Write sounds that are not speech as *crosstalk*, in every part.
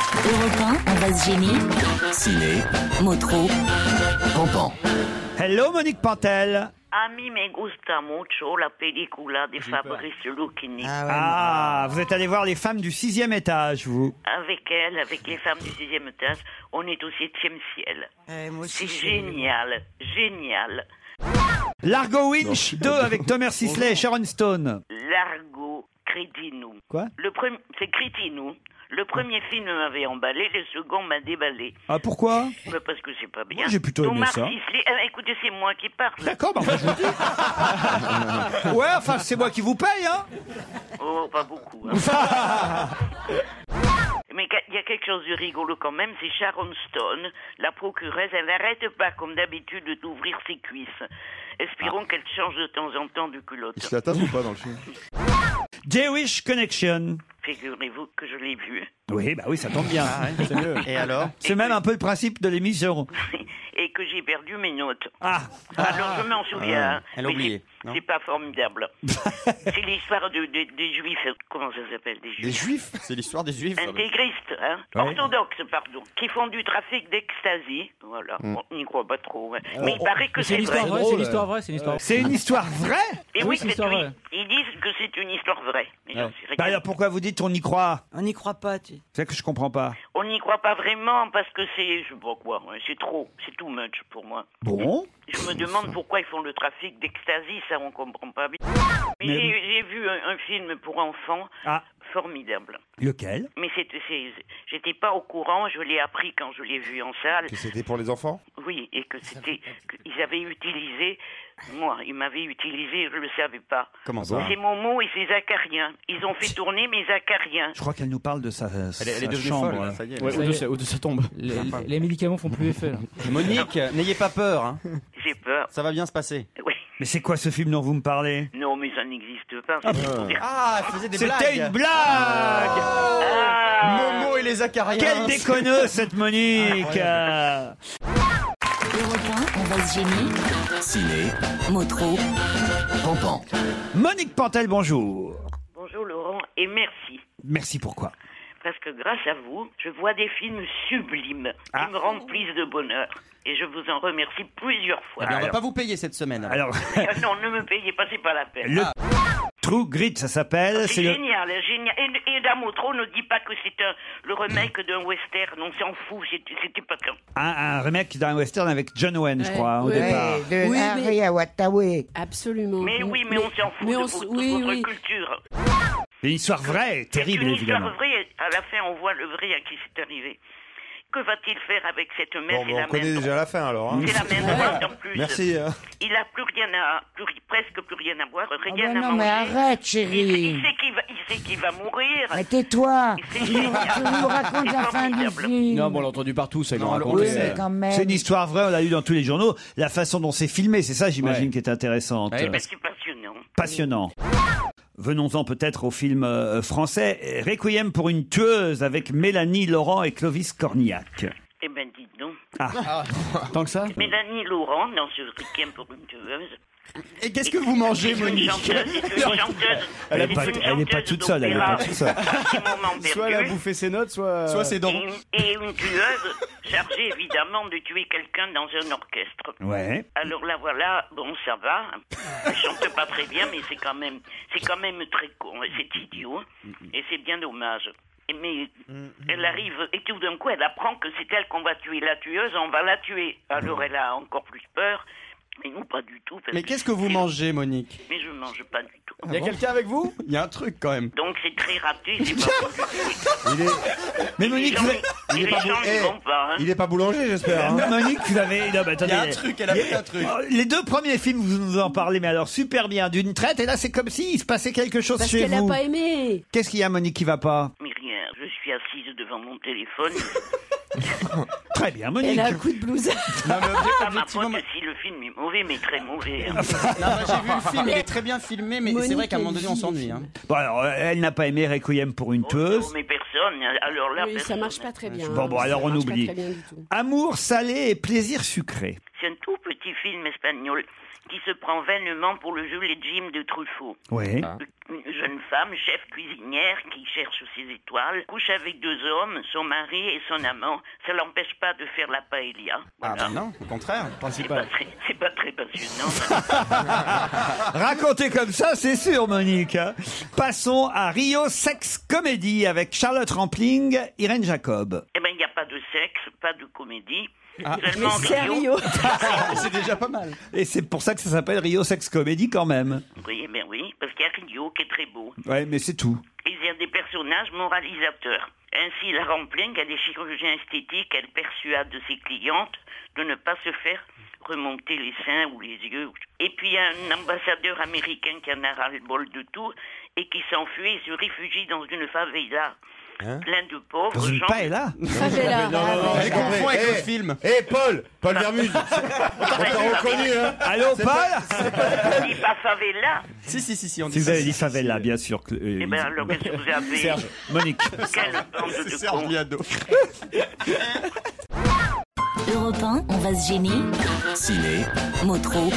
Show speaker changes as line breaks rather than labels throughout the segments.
Europe 1, on va se gêner.
Ciné,
Motro.
Pampan.
Hello Monique Pantel.
A mí me gusta mucho la película de Fabrice Lucchini.
Ah, vous êtes allé voir les femmes du sixième étage, vous.
Avec elle, avec les femmes du sixième étage, on est au septième ciel. C'est génial, génial.
Largo Winch 2 avec Thomas Sisley et Sharon Stone.
Largo Cretinou.
Quoi
Le premier, c'est Cretinou. Le premier film m'avait emballé, le second m'a déballé.
Ah pourquoi
Bah, parce que c'est pas bien.
Moi, j'ai plutôt aimé
Thomas
ça.
Sisley- Ah, écoutez, c'est moi qui parle.
D'accord, bah enfin, je vous dis. *laughs* Ouais, enfin c'est moi qui vous paye, hein
Oh, pas
*laughs*
beaucoup. hein. Mais il y a quelque chose de rigolo quand même, c'est Sharon Stone, la procureuse, elle n'arrête pas comme d'habitude d'ouvrir ses cuisses. Espérons
Ah.
qu'elle change de temps en temps de
Il
culotte.
se la tape ou pas dans le film
Jewish Connection.
Figurez-vous que je l'ai vue. *laughs*
Oui, bah oui, ça tombe bien.
C'est mieux. Et alors
C'est même un peu le principe de l'émission.
Et que j'ai perdu mes notes.
Ah,
Alors je m'en souviens. hein.
Euh, Elle a
Mais
oublié,
c'est-
non
C'est pas
*laughs*
formidable. c'est l'histoire de, de- des juifs. Comment ça s'appelle des
Des
juifs
juifs C'est l'histoire des juifs.
Intégristes, hein orthodoxes, pardon, qui font du trafic d'ecstasy. Voilà, on n'y croit pas trop. hein. Mais il paraît que
C'est
c'est
une histoire
vrai.
vraie, c'est une histoire vraie, c'est une histoire
c'est une histoire vraie
Et
Oui,
oui,
c'est une
c'est-
histoire
oui,
vraie.
ils disent que c'est une histoire vraie. Mais j'en sais rien.
Bah alors pourquoi vous dites on y croit
On n'y croit pas, tu.
C'est ça que je comprends pas.
on n'y croit pas vraiment parce que c'est, je sais pas quoi, ouais, c'est trop, c'est too much pour moi.
Bon
Je me demande pourquoi ils font le trafic d'ecstasy, ça on comprend pas bien. Mais,
Mais-
j'ai- j'ai vu un, un film pour enfants
Ah,
formidable.
lequel
Mais c'était, c'est- j'étais pas au courant, je l'ai appris quand je l'ai vu en salle.
Que c'était pour les enfants
Oui, et que c'était, qu'ils avaient utilisé, moi, ils m'avaient utilisé, je le savais pas.
Comment ça
C'est Momo et ses acariens. Ils ont fait tourner mes acariens.
Je crois qu'elle nous parle de sa,
Elle est, elle est
sa
devenue
chambre.
folle, là, ça y est.
Ouais, Ça ou de y est. sa-
tombe.
Les, les médicaments font plus effet. là.
Monique, n'ayez pas peur, hein.
J'ai peur.
ça va bien se passer.
Oui.
Mais c'est quoi ce film dont vous me parlez
Non, mais ça n'existe pas. c'est pour dire-
Ah, elle faisait des
C'était une blague
Ah
Momo Oh, et les Ah, Acariens.
Quelle déconneuse cette Monique euh.
Europe 1, on va se gêner.
ciné,
Motro.
Pampan.
Monique Pantel, bonjour.
Bonjour Laurent, et merci.
Merci pourquoi
Parce que grâce à vous, je vois des films sublimes qui me remplissent de bonheur. Et je vous en remercie plusieurs fois.
Ah
Eh bien, on va pas vous payer cette semaine.
Alors, *laughs*
Ah non, ne me payez pas, c'est pas la peine.
le True Grit, ça s'appelle.
C'est
C'est le...
génial, génial. Et, et Damotro ne dit pas que c'est un, le remake d'un western, on s'en fout, c'est- c'était pas quand.
un, un remake d'un western avec John Wayne, je crois, hein, au départ.
de
Oui,
Harry
mais-
à Wataway.
Absolument.
Mais oui, mais, on s'en fout
mais
de
on s-
votre,
oui,
votre
oui.
culture.
Une histoire vraie, terrible
C'est une
évidemment.
histoire vraie. À la fin, on voit le vrai à qui c'est arrivé. Que va-t-il faire avec cette mère
Bon,
et
bah,
la
on connaît
main
déjà la fin alors. hein.
droite
*laughs*
C'est la main droite en plus.
Merci. hein.
Il a plus rien à, plus- presque plus rien à boire, rien
Ah bah
à
non,
manger.
mais arrête,
il,
chérie.
il sait qu'il va, il sait qu'il va mourir.
Mais tais-toi.
C'est
Tu nous tu nous racontes la fin du
formidable.
film.
on l'a entendu partout, ça, ils l'ont
Oui,
raconté.
mais quand même.
C'est une histoire vraie, on l'a lu dans tous les journaux. La façon dont c'est filmé, c'est ça, j'imagine,
Ouais.
qui est intéressante.
Ouais,
Ben, c'est passionnant.
Passionnant. Venons-en peut-être au film euh, français Requiem pour une tueuse avec Mélanie Laurent et Clovis Cornillac.
Eh ben, dis donc.
Tant que ça
Mélanie Laurent, dans ce requiem pour une tueuse.
Et qu'est-ce que vous mangez,
C'est une
Monique
chanteuse, c'est une chanteuse.
Elle est
c'est
pas-
une
elle est pas
chanteuse
toute seule, elle est
d'opéra. *laughs*
pas toute seule.
C'est mon moment perdu.
bouffé ses notes, soit. Soit ses
Et
dents.
une, et une tueuse chargée évidemment de tuer quelqu'un dans un orchestre.
Ouais.
Alors là voilà, bon ça va. Je chante pas très bien, mais c'est quand même, c'est quand même très con, et c'est idiot, hein.
Mm-hmm.
et c'est bien dommage. Et Mais elle arrive et tout d'un coup elle apprend que c'est elle qu'on va tuer, la tueuse, on va la tuer.
Mm-hmm.
Alors elle a encore plus peur. Mais nous pas du tout. parce
Mais qu'est-ce que vous
c'est-
mangez, Monique
Mais je mange pas du tout.
Ah
Il y a quelqu'un avec vous Il y a un truc quand même.
Donc c'est très raté. C'est pas bon.
Il est,
Mais
Les
Monique,
gens,
vous avez...
il
les
est pas
gens
bon-
n'y
Eh,
vont pas. hein.
il est pas boulanger, j'espère. hein.
Monique, vous avez... Non, mais
Il y a un
attendez.
truc, elle a fait un truc.
Oh, Les deux premiers films, vous nous en parlez, mais alors super bien, d'une traite. Et là, c'est comme s'il se passait quelque chose
Parce
chez
qu'elle n'a
vous.
pas aimé.
Qu'est-ce qu'il y a, Monique, qui va pas
Mais rien, je suis assise devant mon
*laughs*
téléphone.
Très bien,
Elle
Monique.
a un coup de blouse.
Non, mais obje-
Pas ma
objectivement,
faute si le film est mauvais, mais très mauvais. hein.
Ah,
non, moi, j'ai vu le film, il est très bien filmé, mais c'est vrai
Monique,
qu'à un moment donné, on
elle
s'ennuie.
vit.
Hein.
Bon, alors, euh, elle n'a pas aimé Requiem pour une
Oh,
tueuse.
mais personne. Alors là,
Oui, ça
personne.
marche pas très bien.
Bon,
Ah,
bon,
Ça
alors on
marche pas
oublie.
très bien du tout.
Amour salé et plaisir sucré.
C'est un tout petit film espagnol qui se prend vainement pour le jeu Les Jim de Truffaut.
Oui.
une jeune femme, chef cuisinière, qui cherche ses étoiles, couche avec deux hommes, son mari et son amant. Ça l'empêche pas de faire la paella.
Ah
Voilà.
bah non, au contraire, le
c'est pas
principal.
très, c'est pas très passionnant.
*laughs*
Raconté comme ça, c'est sûr, Monique. hein. Passons à Rio Sex Comedy avec Charlotte Rampling, Irène Jacob.
Eh ben, il n'y a pas de sexe, pas de comédie.
Ah.
Seulement Rio.
C'est déjà pas mal.
Et c'est pour ça que ça s'appelle Rio Sex Comedy quand même.
Oui, eh ben oui, parce qu'il y a Rio qui est très beau.
Ouais, mais c'est tout.
Il y a des personnages moralisateurs. Ainsi, la Rampling, elle est chirurgien esthétique, elle persuade ses clientes de ne pas se faire remonter les seins ou les yeux. Et puis, il y a un ambassadeur américain qui en a ras-le-bol de tout et qui s'enfuit et se réfugie dans une favela. Plein de pauvres
Dans une
gens.
paella
Elle confond avec le film.
Eh Paul Paul
*laughs*
Vermuse On t'a reconnu, hein
Allô, Paul
On dit pas favela.
Si, si, si, si, on
Si
dit
vous
ça.
avez dit favela, bien sûr. que- euh,
Eh ben, alors, qu'est-ce que vous avez *laughs*
Monique.
Quelle bande
hein,
C'est
de
Serge
cons.
Liado.
Europe 1, on va se gêner.
ciné,
Mot trop.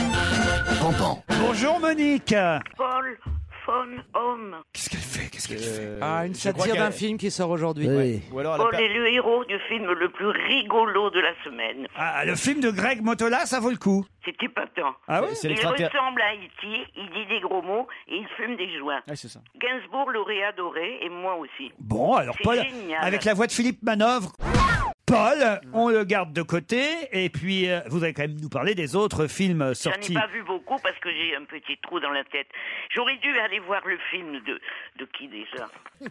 pompon,
Bonjour, Monique.
Paul von Homme.
Qu'est-ce qu'elle fait Qu'est-ce qu'elle fait
Ah, une
crois
satire
qu'elle-
d'un film qui sort aujourd'hui.
Oui.
Ou alors
Paul
la
est le héros du film le plus rigolo de la semaine.
Ah, le film de Greg Motola, ça vaut le coup.
C'est épatant.
Ah oui
C'est
Il
l'extraterrestre.
ressemble à Haïti, il dit des gros mots et il fume des joints.
Ah.
Ouais, c'est ça.
Gainsbourg l'aurait adoré et moi aussi.
Bon, alors
C'est
Paul,
génial.
avec la voix de Philippe Manœuvre. Paul, on le garde de côté, et puis euh, vous allez quand même nous parler des autres films
J'en ai
sortis.
pas vu beaucoup parce que j'ai un petit trou dans la tête. J'aurais dû aller voir le film de, de qui déjà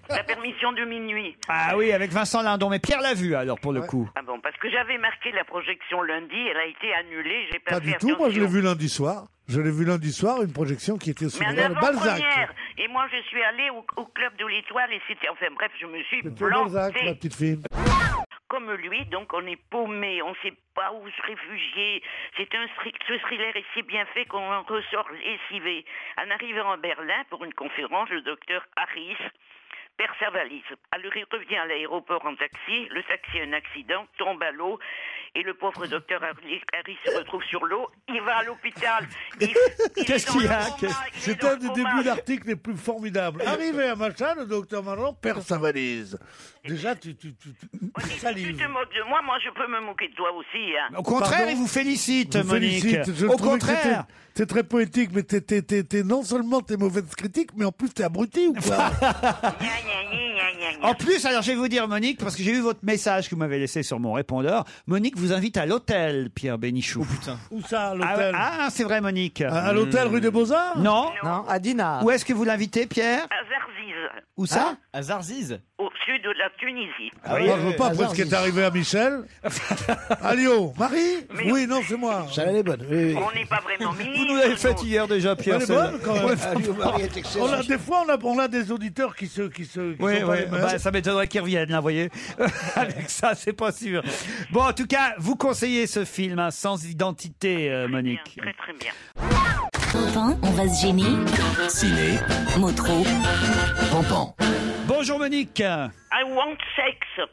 La permission de minuit.
Ah oui, avec Vincent Lindon, mais Pierre l'a vu alors pour le coup.
Ah bon, parce que j'avais marqué la projection lundi, elle a été annulée, j'ai pas,
Pas
fait
du tout, moi je l'ai
attention.
vu lundi soir. Je l'ai vu lundi soir, une projection qui était sur
Mais en
le Balzac.
avant-première Et moi, je suis allée au, au club de l'étoile et c'était... Enfin bref, je me suis
C'était Balzac,
plantée.
ma petite fille.
comme lui, donc on est paumé, on ne sait pas où se réfugier. C'est un thri- ce thriller est si bien fait qu'on en ressort lessivé. En arrivant à Berlin pour une conférence, le docteur Harris perd sa valise. Alors il revient à l'aéroport en taxi, le taxi a un accident, tombe à l'eau et le pauvre docteur Harris Harris se retrouve sur l'eau. Il va à
*laughs*
l'hôpital. Il- il est
Qu'est-ce
dans
qu'il y
le
a
coma,
Qu'est-ce-
il est
C'est
dans
un
le
des
coma.
débuts d'articles les plus formidables. Arrivé à machin, le docteur Marlon perd sa valise. Déjà, tu, tu, tu, tu-
On dit,
tu
Tu
salives.
te moques de moi, moi je peux me moquer de toi aussi. hein.
Au contraire,
Pardon
il vous félicite,
Je vous
Monique.
félicite. Je
Au
trouvais que
contraire.
t'étais- T'es très poétique, mais t'es, t'es, t'es- t'es- non seulement t'es mauvaise critique, mais en plus t'es abruti ou quoi
Gna, gna, gna, gna, gna, gna.
En plus, alors je vais vous dire, Monique, parce que j'ai eu votre message que vous m'avez laissé sur mon répondeur. Monique vous invite à l'hôtel, Pierre Bénichou.
Où ça, à
ah,
l'hôtel
ah, c'est vrai, Monique.
À, à l'hôtel rue des Beaux-Arts
Non.
Ah,
Non, Adina.
Où est-ce que vous l'invitez, Pierre
À Zarziz,
Où ça
Ah.
Azarziz.
au sud de la Tunisie.
Moi, Ah, je veux pas après ce qui est arrivé à Michel. à Lyon. Marie Oui, non, c'est moi.
On n'est pas vraiment ministre.
*laughs* Vous nous l'avez fait
nous.
hier déjà, Pierre.
Elle est
celle-là.
bonne, quand même.
Ouais,
*laughs* Ah,
enfin,
On a, des fois, on a, on a des auditeurs qui se. Qui se qui
Oui,
sont pas
oui.
les mêmes.
Bah, ça m'étonnerait qu'ils reviennent, là, vous voyez. *laughs* Avec ça, c'est pas sûr. Bon, en tout cas, vous conseillez ce film, hein, Sans identité, euh,
Bien,
Monique.
Très très bien.
Europe 1, on va se gêner.
ciné,
Mot trop.
pompon,
Bonjour, Monique. Aïe.
I want sex.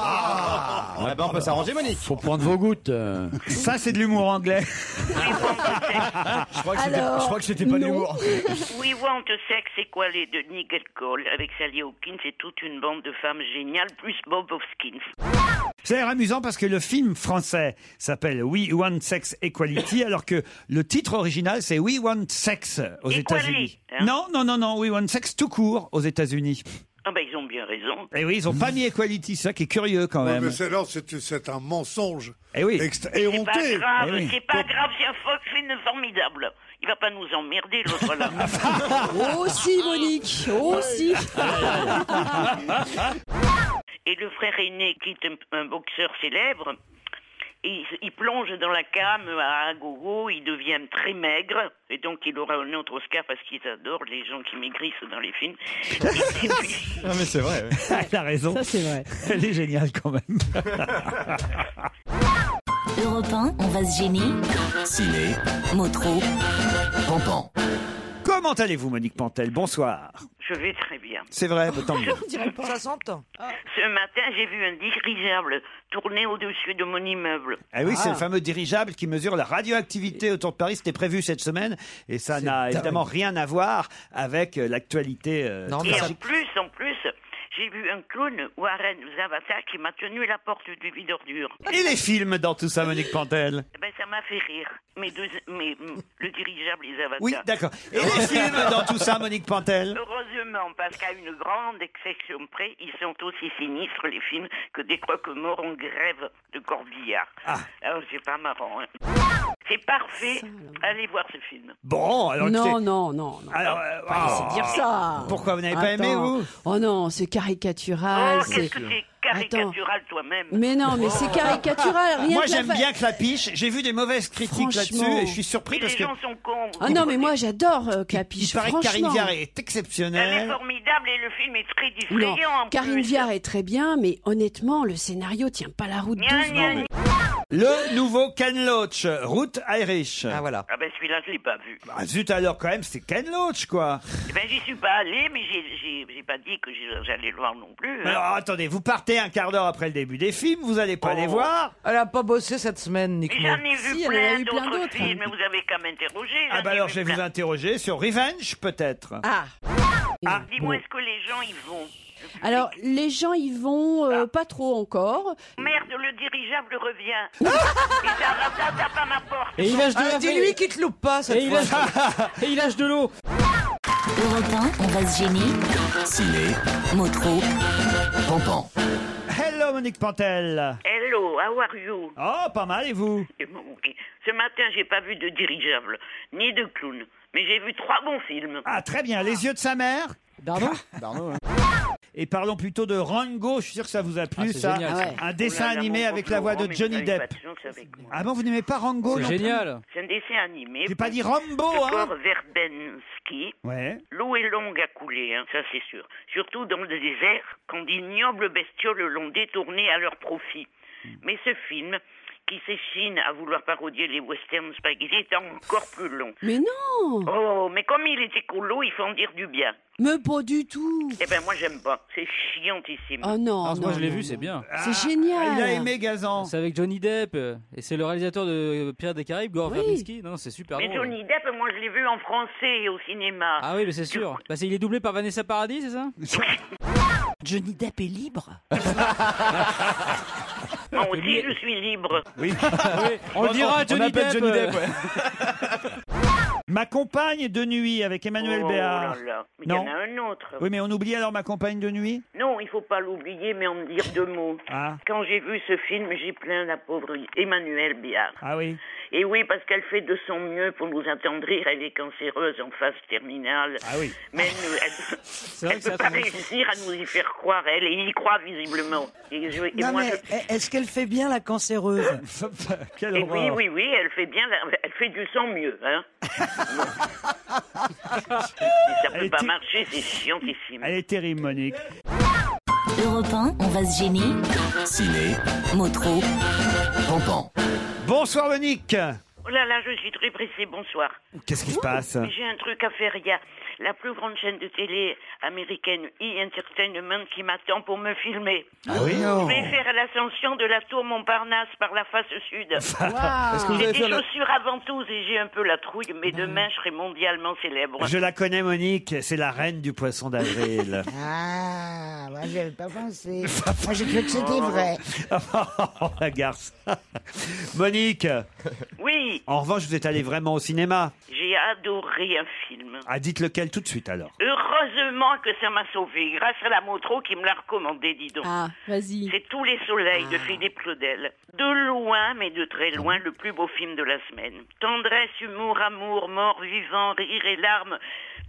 Ah bah on peut s'arranger, Monique.
Faut prendre vos gouttes. euh.
Ça, c'est de l'humour anglais.
Je crois que c'était-
Alors,
je crois que c'était pas de
non.
l'humour.
We want sex, c'est quoi les de Nigel Cole avec Sally Hawkins et toute une bande de femmes géniales plus Bob Hoskins.
C'est d'ailleurs amusant parce que le film français s'appelle We Want Sex
*laughs*
Equality, alors que le titre original, c'est We Want Sex aux
Equality,
États-Unis.
hein.
Non, non, non, non. We Want Sex tout court aux États-Unis.
Ah ben ils ont bien raison.
Et oui, ils ont pas mis Equality, c'est ça qui est curieux quand
Ouais,
même.
mais c'est, non, c'est, c'est un mensonge.
Eh oui.
Extra-
C'est pas
éhonté.
grave,
Eh oui.
c'est pas grave, c'est un fuck film formidable. Il va pas nous emmerder l'autre
*laughs*
là.
Oh si, Monique Oh si
*laughs* Et le frère aîné quitte un, un boxeur célèbre. Et il, il plonge dans la cam à un gogo, il devient très maigre, et donc il aura un autre Oscar parce qu'ils adorent les gens qui maigrissent dans les films. Et puis,
Non mais c'est vrai.
*laughs* Elle a raison.
Ça, c'est vrai.
Elle est géniale quand
*laughs*
même.
Europe 1, on va se gêner.
ciné,
Mot trop.
pompon.
Comment allez-vous, Monique Pantel Bonsoir.
Je vais très bien.
C'est vrai,
bah,
tant mieux.
Ça s'entend.
Ce matin, j'ai vu un dirigeable tourner au-dessus de mon immeuble.
Ah oui, c'est le fameux dirigeable qui mesure la radioactivité autour de Paris. C'était prévu cette semaine et ça n'a évidemment rien à voir avec euh, l'actualité. euh,
Non, mais
Et
tragique.
en plus, en plus, j'ai vu un clown, Warren Zavata, qui m'a tenu la porte du vide ordure.
Et les films dans tout ça, Monique Pantel
Eh Ben, ça m'a fait rire. Mes deux, mes, mm, le dirigeable et Zavata.
Oui, d'accord. Et les films dans tout ça, Monique Pantel
Heureusement, parce qu'à une grande exception près, ils sont aussi sinistres, les films, que des croque-morts en grève de Corbillards.
Ah.
Alors, c'est pas marrant, hein. C'est parfait. Allez voir ce film.
Bon, alors
Non,
écoutez-
non, non, non.
Alors, euh,
C'est dire
oh.
ça.
Pourquoi vous n'avez pas aimé,
Attends.
vous
Oh non, c'est caricatural.
oh,
Ah, c'est...
qu'est-ce que c'est caricatural toi-même.
Mais non, mais c'est caricatural. Rien
Moi,
que la
j'aime
fa-
bien Clapiche. J'ai vu des mauvaises critiques
Franchement.
là-dessus et je suis surpris
Mais les
parce que
gens sont cons. vous
Ah non, mais
comprenez.
moi j'adore euh, Clapiche.
il paraît que Karine
franchement.
Viard est
Elle est
exceptionnelle.
formidable et le film est très
Non,
distrayant en
Karine
plus.
Viard est très bien, mais honnêtement, le scénario tient pas la route.
Gna,
deux
gna,
secondes.
gna.
Le nouveau Ken Loach, Route Irish.
Ah voilà.
Ah ben celui-là, je l'ai pas vu.
Ah, zut alors quand même, c'est Ken Loach quoi.
Eh Ben j'y suis pas allé, mais j'ai- j'ai j'ai pas dit que j'ai- j'allais le voir non plus.
Mais
hein.
alors, attendez, vous partez un quart d'heure après le début des films, vous allez pas les
Oh.
voir.
Elle a pas bossé cette semaine,
Mais
Nick Mo.
j'en ai vu
Si, elle en a
plein
eu plein
d'autres
d'autres, hein.
films, mais vous avez qu'à m'interroger. hein.
Ah
j'en
bah
ai
alors
vu
je vais
plein.
vous interroger sur Revenge peut-être.
Ah.
Ah, bon.
Dis-moi, est-ce que les gens y vont
Alors les gens y vont euh,
Ah.
pas trop encore.
Merde, le dirigeable
*laughs*
revient. Et ça ça tape à ma porte.
Et il lâche de l'eau. Dis-lui qu'il te loupe pas cette
*laughs*
fois.
Et il lâche de l'eau.
Europe 1, on va se gêner.
ciné,
Mot trop.
pompon.
Hello Monique Pantel.
Hello, how are you
Oh pas mal et vous
Et bon, ok. Ce matin, j'ai pas vu de dirigeable, ni de clown, mais j'ai vu trois bons films.
Ah très bien, les yeux de sa mère. *laughs*
Pardon
Et parlons plutôt de Rango, je suis sûr que ça vous a plu
Ah, c'est
ça.
génial,
ça.
Un
Oh là
dessin
là, mon
animé
pauvre
avec la voix
Laurent,
de
mais vous
Johnny
avez pas
Depp.
de chance avec moi.
Ah bon, vous n'aimez pas Rango
C'est
non
génial.
C'est un dessin animé.
J'ai pas dit Rambo
Le
hein.
port Verbensky.
Ouais.
L'eau est longue à couler, hein, ça c'est sûr. Surtout dans le désert, quand d'ignobles bestioles l'ont détourné à leur profit. Mais ce film, qui s'échine à vouloir parodier les westerns spaghetti, est encore plus long.
Mais non,
Oh, mais comme il est écolo, il faut en dire du bien.
mais pas du tout.
Eh ben moi j'aime pas, c'est chiantissime.
Oh non.
Ah, moi
non,
je l'ai
non,
vu,
non.
c'est bien.
C'est génial.
Ah, Il a aimé Gazan.
C'est avec Johnny Depp euh, et c'est le réalisateur de Pierre des Caraïbes, Gore
Oui.
Verbinski. Non, c'est super
mais
drôle.
Johnny Depp, moi je l'ai vu en français au cinéma.
Ah oui, mais c'est sûr. Bah, c'est- il est doublé par Vanessa Paradis, c'est
*laughs*
ça
Johnny Depp est libre.
moi aussi je suis libre.
On le dira, Johnny Depp.
Ma compagne de nuit avec Emmanuel
oh,
Béard.
là là. Mais il y en
Non.
a un autre.
Oui, mais on oublie alors ma compagne de nuit
Non, il faut pas l'oublier, mais en me dire deux mots.
Ah.
Quand j'ai vu ce film, j'ai plaint la pauvre Emmanuelle Biard.
Ah oui.
Et oui, parce qu'elle fait de son mieux pour nous attendrir. Elle est cancéreuse en phase terminale.
Ah oui.
Mais elle ne
vrai
elle- elle
que
peut
ça
pas
commence.
réussir à nous y faire croire, elle, et il y croit visiblement. Et, je- et
Non,
moi,
mais
je-
Est-ce qu'elle fait bien la cancéreuse
*laughs* Quelle
et Eh oui,
horreur.
oui, oui, elle fait bien, la- elle fait du son mieux. Hein. Bon. *laughs* Mais ça peut
Elle
pas
était-
marcher, c'est chiantissime.
Elle est terrible, Monique.
Europe 1, on va se gêner.
ciné,
Mot trop.
pompon.
Bonsoir, Monique.
Oh là là, je suis très pressée, bonsoir.
Qu'est-ce qui se passe
Ah.
Mais J'ai un truc à faire. Il y a la plus grande chaîne de télé américaine, E-Entertainment, qui m'attend pour me filmer.
Ah oui
Je vais faire l'ascension de la tour Montparnasse par la face sud. J'ai des chaussures avant tout et j'ai un peu la trouille, mais demain je serai mondialement célèbre.
Je la connais, Monique. C'est la reine du poisson
*laughs*
d'avril.
Ah, moi j'avais pas pensé. Moi j'ai cru que c'était vrai.
Oh, la garce. Monique,
Oui,
en revanche, vous êtes allée vraiment au cinéma.
j'ai adoré un film.
Ah, dites lequel tout de suite, alors.
Heureusement que ça m'a sauvé, grâce à la Motro qui me l'a recommandé, dis donc.
Ah, vas-y.
C'est Tous les soleils
Ah.
de Philippe Claudel. De loin, mais de très loin, le plus beau film de la semaine. Tendresse, humour, amour, mort, vivant, rire et larmes.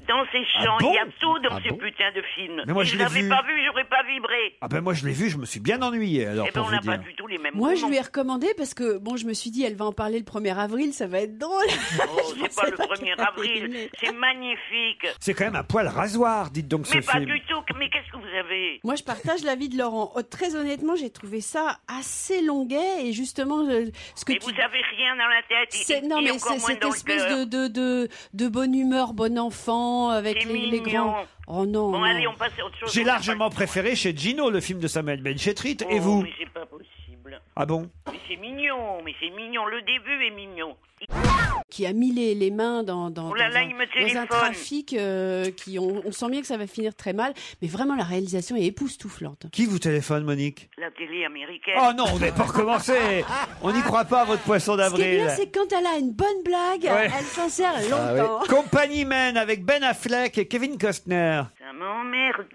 Dans ces champs,
Ah bon
il y a tout dans
Ah
ce putain de film.
Mais moi,
si
je
je
l'ai
l'avais
vu.
pas vu, j'aurais pas vibré.
Ah ben moi je l'ai vu, je me suis bien ennuyé alors
Eh ben,
pour
on
vous
n'a pas
dire.
du tout les mêmes
Moi, je
goûts,
lui ai recommandé parce que, bon, je me suis dit, elle va en parler le 1er avril, ça va être drôle. *laughs*
non Oh, C'est pas le 1er avril. C'est magnifique.
C'est quand même un poil rasoir, dites donc
Mais
ce
pas
film.
du tout. Mais qu'est-ce que vous avez
Moi, je partage l'avis de Laurent. Oh, très honnêtement, j'ai trouvé ça assez longuet et justement, je- ce que
Mais
tu
vous avez rien dans la tête. et-
C'est-
et-
non
et
mais
encore
c'est
moins
cette
dans le
espèce
cœur.
de, de, de, de bonne humeur, bon enfant avec les, les
mignon.
grands. Oh non.
Bon,
non.
allez, on passe à autre chose.
J'ai largement préféré chez Gino le film de Samuel Benchetrit
Oh,
et vous
Mais c'est pas possible.
Ah bon
Mais c'est mignon. Mais c'est mignon. Le début est mignon.
Qui a mis les, les mains dans, dans,
Oh là
dans
là,
un,
il me
dans
téléphone.
un trafic euh, qui on, on sent bien que ça va finir très mal, mais vraiment la réalisation est époustouflante.
Qui vous téléphone Monique
La télé américaine.
Oh non, on n'est pas recommencé. On n'y croit pas votre poisson
Ce qui est
d'avril.
bien, c'est quand elle a une bonne blague,
Ouais.
elle s'insère
Ah oui.
longtemps.
Compagnie Men avec Ben Affleck et Kevin Costner.
Ça m'emmerde.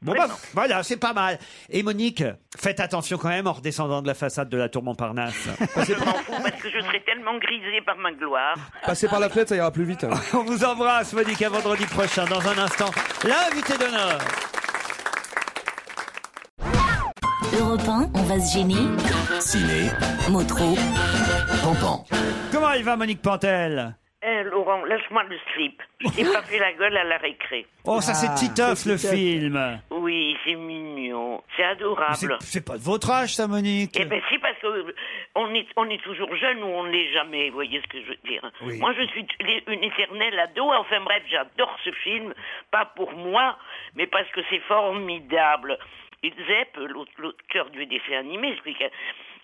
Bon bah, voilà, c'est pas mal. Et Monique, faites attention quand même en redescendant de la façade de la tour
*laughs*
Montparnasse.
Je m'en fous parce que je serais tellement grisée par ma gloire.
Passer par la fenêtre, ça ira plus vite. On vous embrasse, Monique, à vendredi prochain. Dans un instant, l'invité d'honneur.
Europe 1, on va se gêner.
Ciné,
Mot trop.
Pampan.
Comment elle va, Monique Pantel
Eh, Laurent, lâche-moi le slip. Je t'ai
*laughs*
pas fait la gueule à la récré.
Oh, ça,
Ah,
c'est Titeuf, le film.
Oui, c'est mignon. C'est
Ah,
C'est-
adorable.
C'est pas de votre âge, ça, Monique
Eh ben si, parce que euh, on est, on est toujours jeune ou on ne l'est jamais, vous voyez ce que je veux dire.
Oui.
Moi, je suis t- les- une éternelle ado. Enfin bref, j'adore ce film, pas pour moi, mais parce que c'est formidable. Et Zepp, l'autre- l'auteur du dessin animé, je crois qu'il-